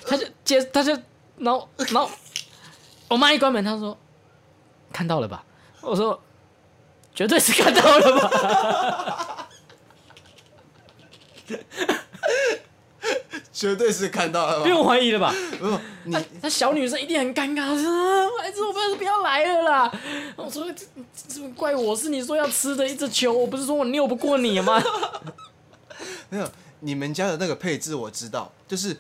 B: 她就接，她就，然后然后我妈一关门，她说看到了吧，我说绝对是看到了吧。
A: 绝对是看到了
B: 不
A: 吧？
B: 用怀疑了吧？
A: 不用，你
B: 那那小女生一定很尴尬，说啊孩子，我拜托不要来了啦！我说这这这怪我是你说要吃的一只球，我不是说我拗不过你吗？
A: 没有，你们家的那个配置我知道，就是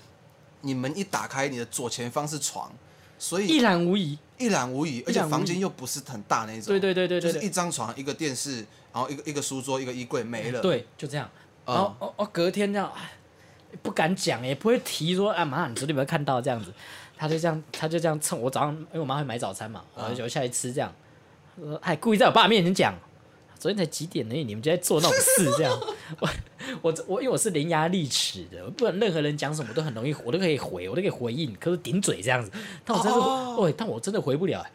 A: 你们一打开，你的左前方是床，所
B: 一
A: 以
B: 览无遗，
A: 一览无遗，而且房间又不是很大那种，
B: 对对对对对
A: 就是一张床、一个电视，然后一个一个书桌、一个衣柜没了，，
B: 对，就这样。
A: 嗯
B: 然后哦哦，隔天这样，哎不敢讲，也不会提说啊，妈，你昨天有没有看到这样子？他就这样，他就这样趁我早上，因为我妈会买早餐嘛，
A: 嗯
B: 我就下去吃这样。他说还故意在我爸面前讲，昨天才几点而已，你们就在做那种事这样。我 我我因为我是伶牙俐齿的，我不然任何人讲什么都很容易，我都可以回，我都可以回应，可是顶嘴这样子。但我真是，
A: 哦
B: 喂、但我真的回不了、哎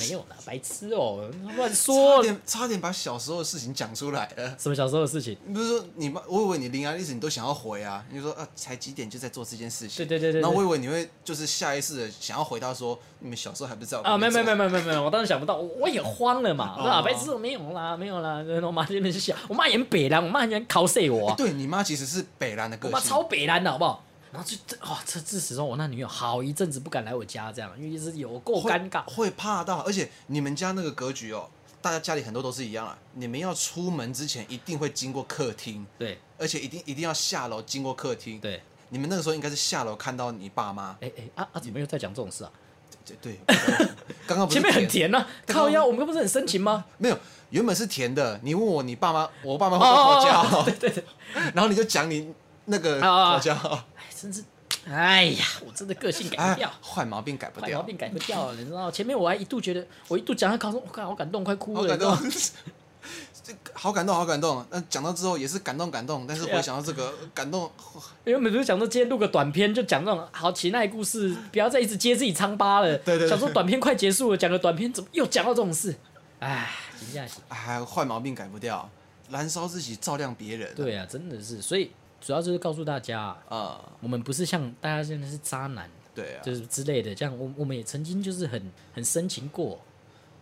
B: 没有啦，白痴哦、乱
A: 差
B: 说。
A: 点差点把小时候的事情讲出来了。
B: 什么小时候的事情？
A: 你不是说你妈？我以为你伶牙俐齿，你都想要回啊？你就说啊，才几点就在做这件事情？
B: 对对对对对
A: 然后我以为你会就是下意识的想要回答说，你们小时候还不知道
B: 啊，没有没有没
A: 有，
B: 有没有没有没有，我当时想不到，我我也慌了嘛，
A: 哦
B: 我说啊，白痴，我没有啦，没有啦，然后我妈这边就想，我妈也很北蓝，我妈很喜欢 cos 我啊、
A: 对你妈其实是北兰的
B: 我
A: 个
B: 妈
A: 性，
B: 超北蓝的好不好？然后就这哇，这自始至终我那女友好一阵子不敢来我家这样，因为一直有够
A: 会
B: 尴尬。
A: 会怕到，而且你们家那个格局哦，大家家里很多都是一样啊。你们要出门之前一定会经过客厅，
B: 对
A: 而且一定一定要下楼经过客厅。，
B: 对，
A: 你们那个时候应该是下楼看到你爸妈。
B: 哎哎啊啊，怎么又在讲这种事啊？
A: 对对，对刚刚不是
B: 前面很
A: 甜
B: 甜啊，
A: 刚
B: 靠腰，我们不是很深情吗？
A: 没有，原本是甜的。你问我你爸妈，我爸妈会不会口交？对对对。然后你就讲你那个
B: 啊
A: 口交，
B: 哎，真是，哎呀，我真的个性改不
A: 哎
B: 掉。，
A: 坏毛病改不
B: 坏毛
A: 掉，
B: 病改不掉了，你知道？前面我还一度觉得，我一度讲到高中，我靠，好感动，快哭
A: 好
B: 了，
A: 感
B: 你知道
A: 动
B: 吗？。
A: 这个好感动，好感动。那讲到之后也是感动感动，但是回想到这个感动，
B: 原本不是想说今天录个短片，就讲那种好奇奈故事，不要再一直接自己疮疤了。
A: 对对对
B: 想说短片快结束了，讲个短片，怎么又讲到这种事？哎，评价行。
A: 哎，坏毛病改不掉，燃烧自己照亮别人。
B: 对啊，真的是，所以主要就是告诉大家，
A: 啊、
B: 我们不是像大家现在是渣男，
A: 对啊，
B: 就是之类的，这样我我们也曾经就是很很深情过，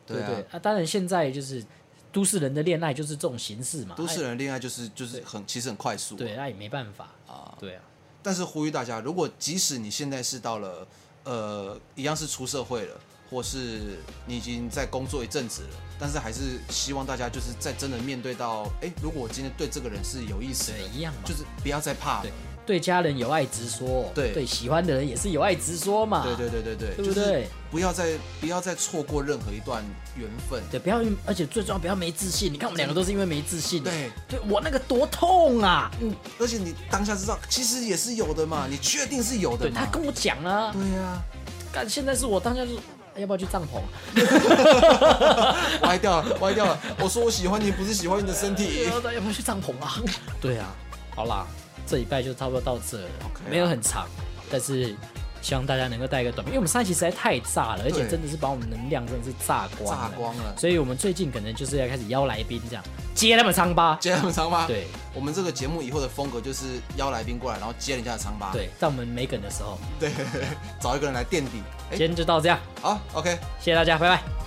B: 对
A: 对
B: 不对
A: 啊。
B: 啊，当然现在就是都市人的恋爱就是这种形式嘛，
A: 都市
B: 哎
A: 人恋爱就是就是很其实很快速，
B: 对，那也没办法
A: 啊。
B: 对啊，
A: 但是呼吁大家，如果即使你现在是到了呃一样是出社会了，或是你已经在工作一阵子了，但是还是希望大家就是在真的面对到，哎，如果我今天对这个人是有意思的
B: 对，，一样嘛，
A: 就是不要再怕了
B: 对。对家人有爱直说，
A: 对
B: 喜欢的人也是有爱直说嘛，
A: 对对对对啊对，
B: 对
A: 就
B: 不
A: 是
B: 对？
A: 不要再不要再错过任何一段缘分。
B: 对，不要，而且最重要不要没自信。你看我们两个都是因为没自信，
A: 对，
B: 对我那个多痛啊！
A: 而且你当下知道，其实也是有的嘛，你确定是有的
B: 对他
A: 嘛？
B: 跟我讲啊，
A: 对呀、
B: 干现在是我当下就是哎要不要去帐篷？
A: 歪掉了，歪掉了。我说我喜欢你，不是喜欢你的身体
B: 然。后要不要去帐篷 啊？对啊，好啦，这礼拜就差不多到这了
A: OK 啊
B: 没有很长，但是希望大家能够带一个短片，因为我们上一期实在太炸了，而且
A: 对
B: 真的是把我们能量真的是炸光了，
A: 炸光了
B: 所以我们最近可能就是要开始邀来宾这样接他们伤疤。
A: 接他们长疤，
B: 对
A: 我们这个节目以后的风格就是邀来宾过来，然后接人家的长疤，
B: 对，在我们没梗的时候，
A: 对，找一个人来垫底。哎、
B: 今天就到这样，
A: 好，OK，
B: 谢谢大家，拜拜。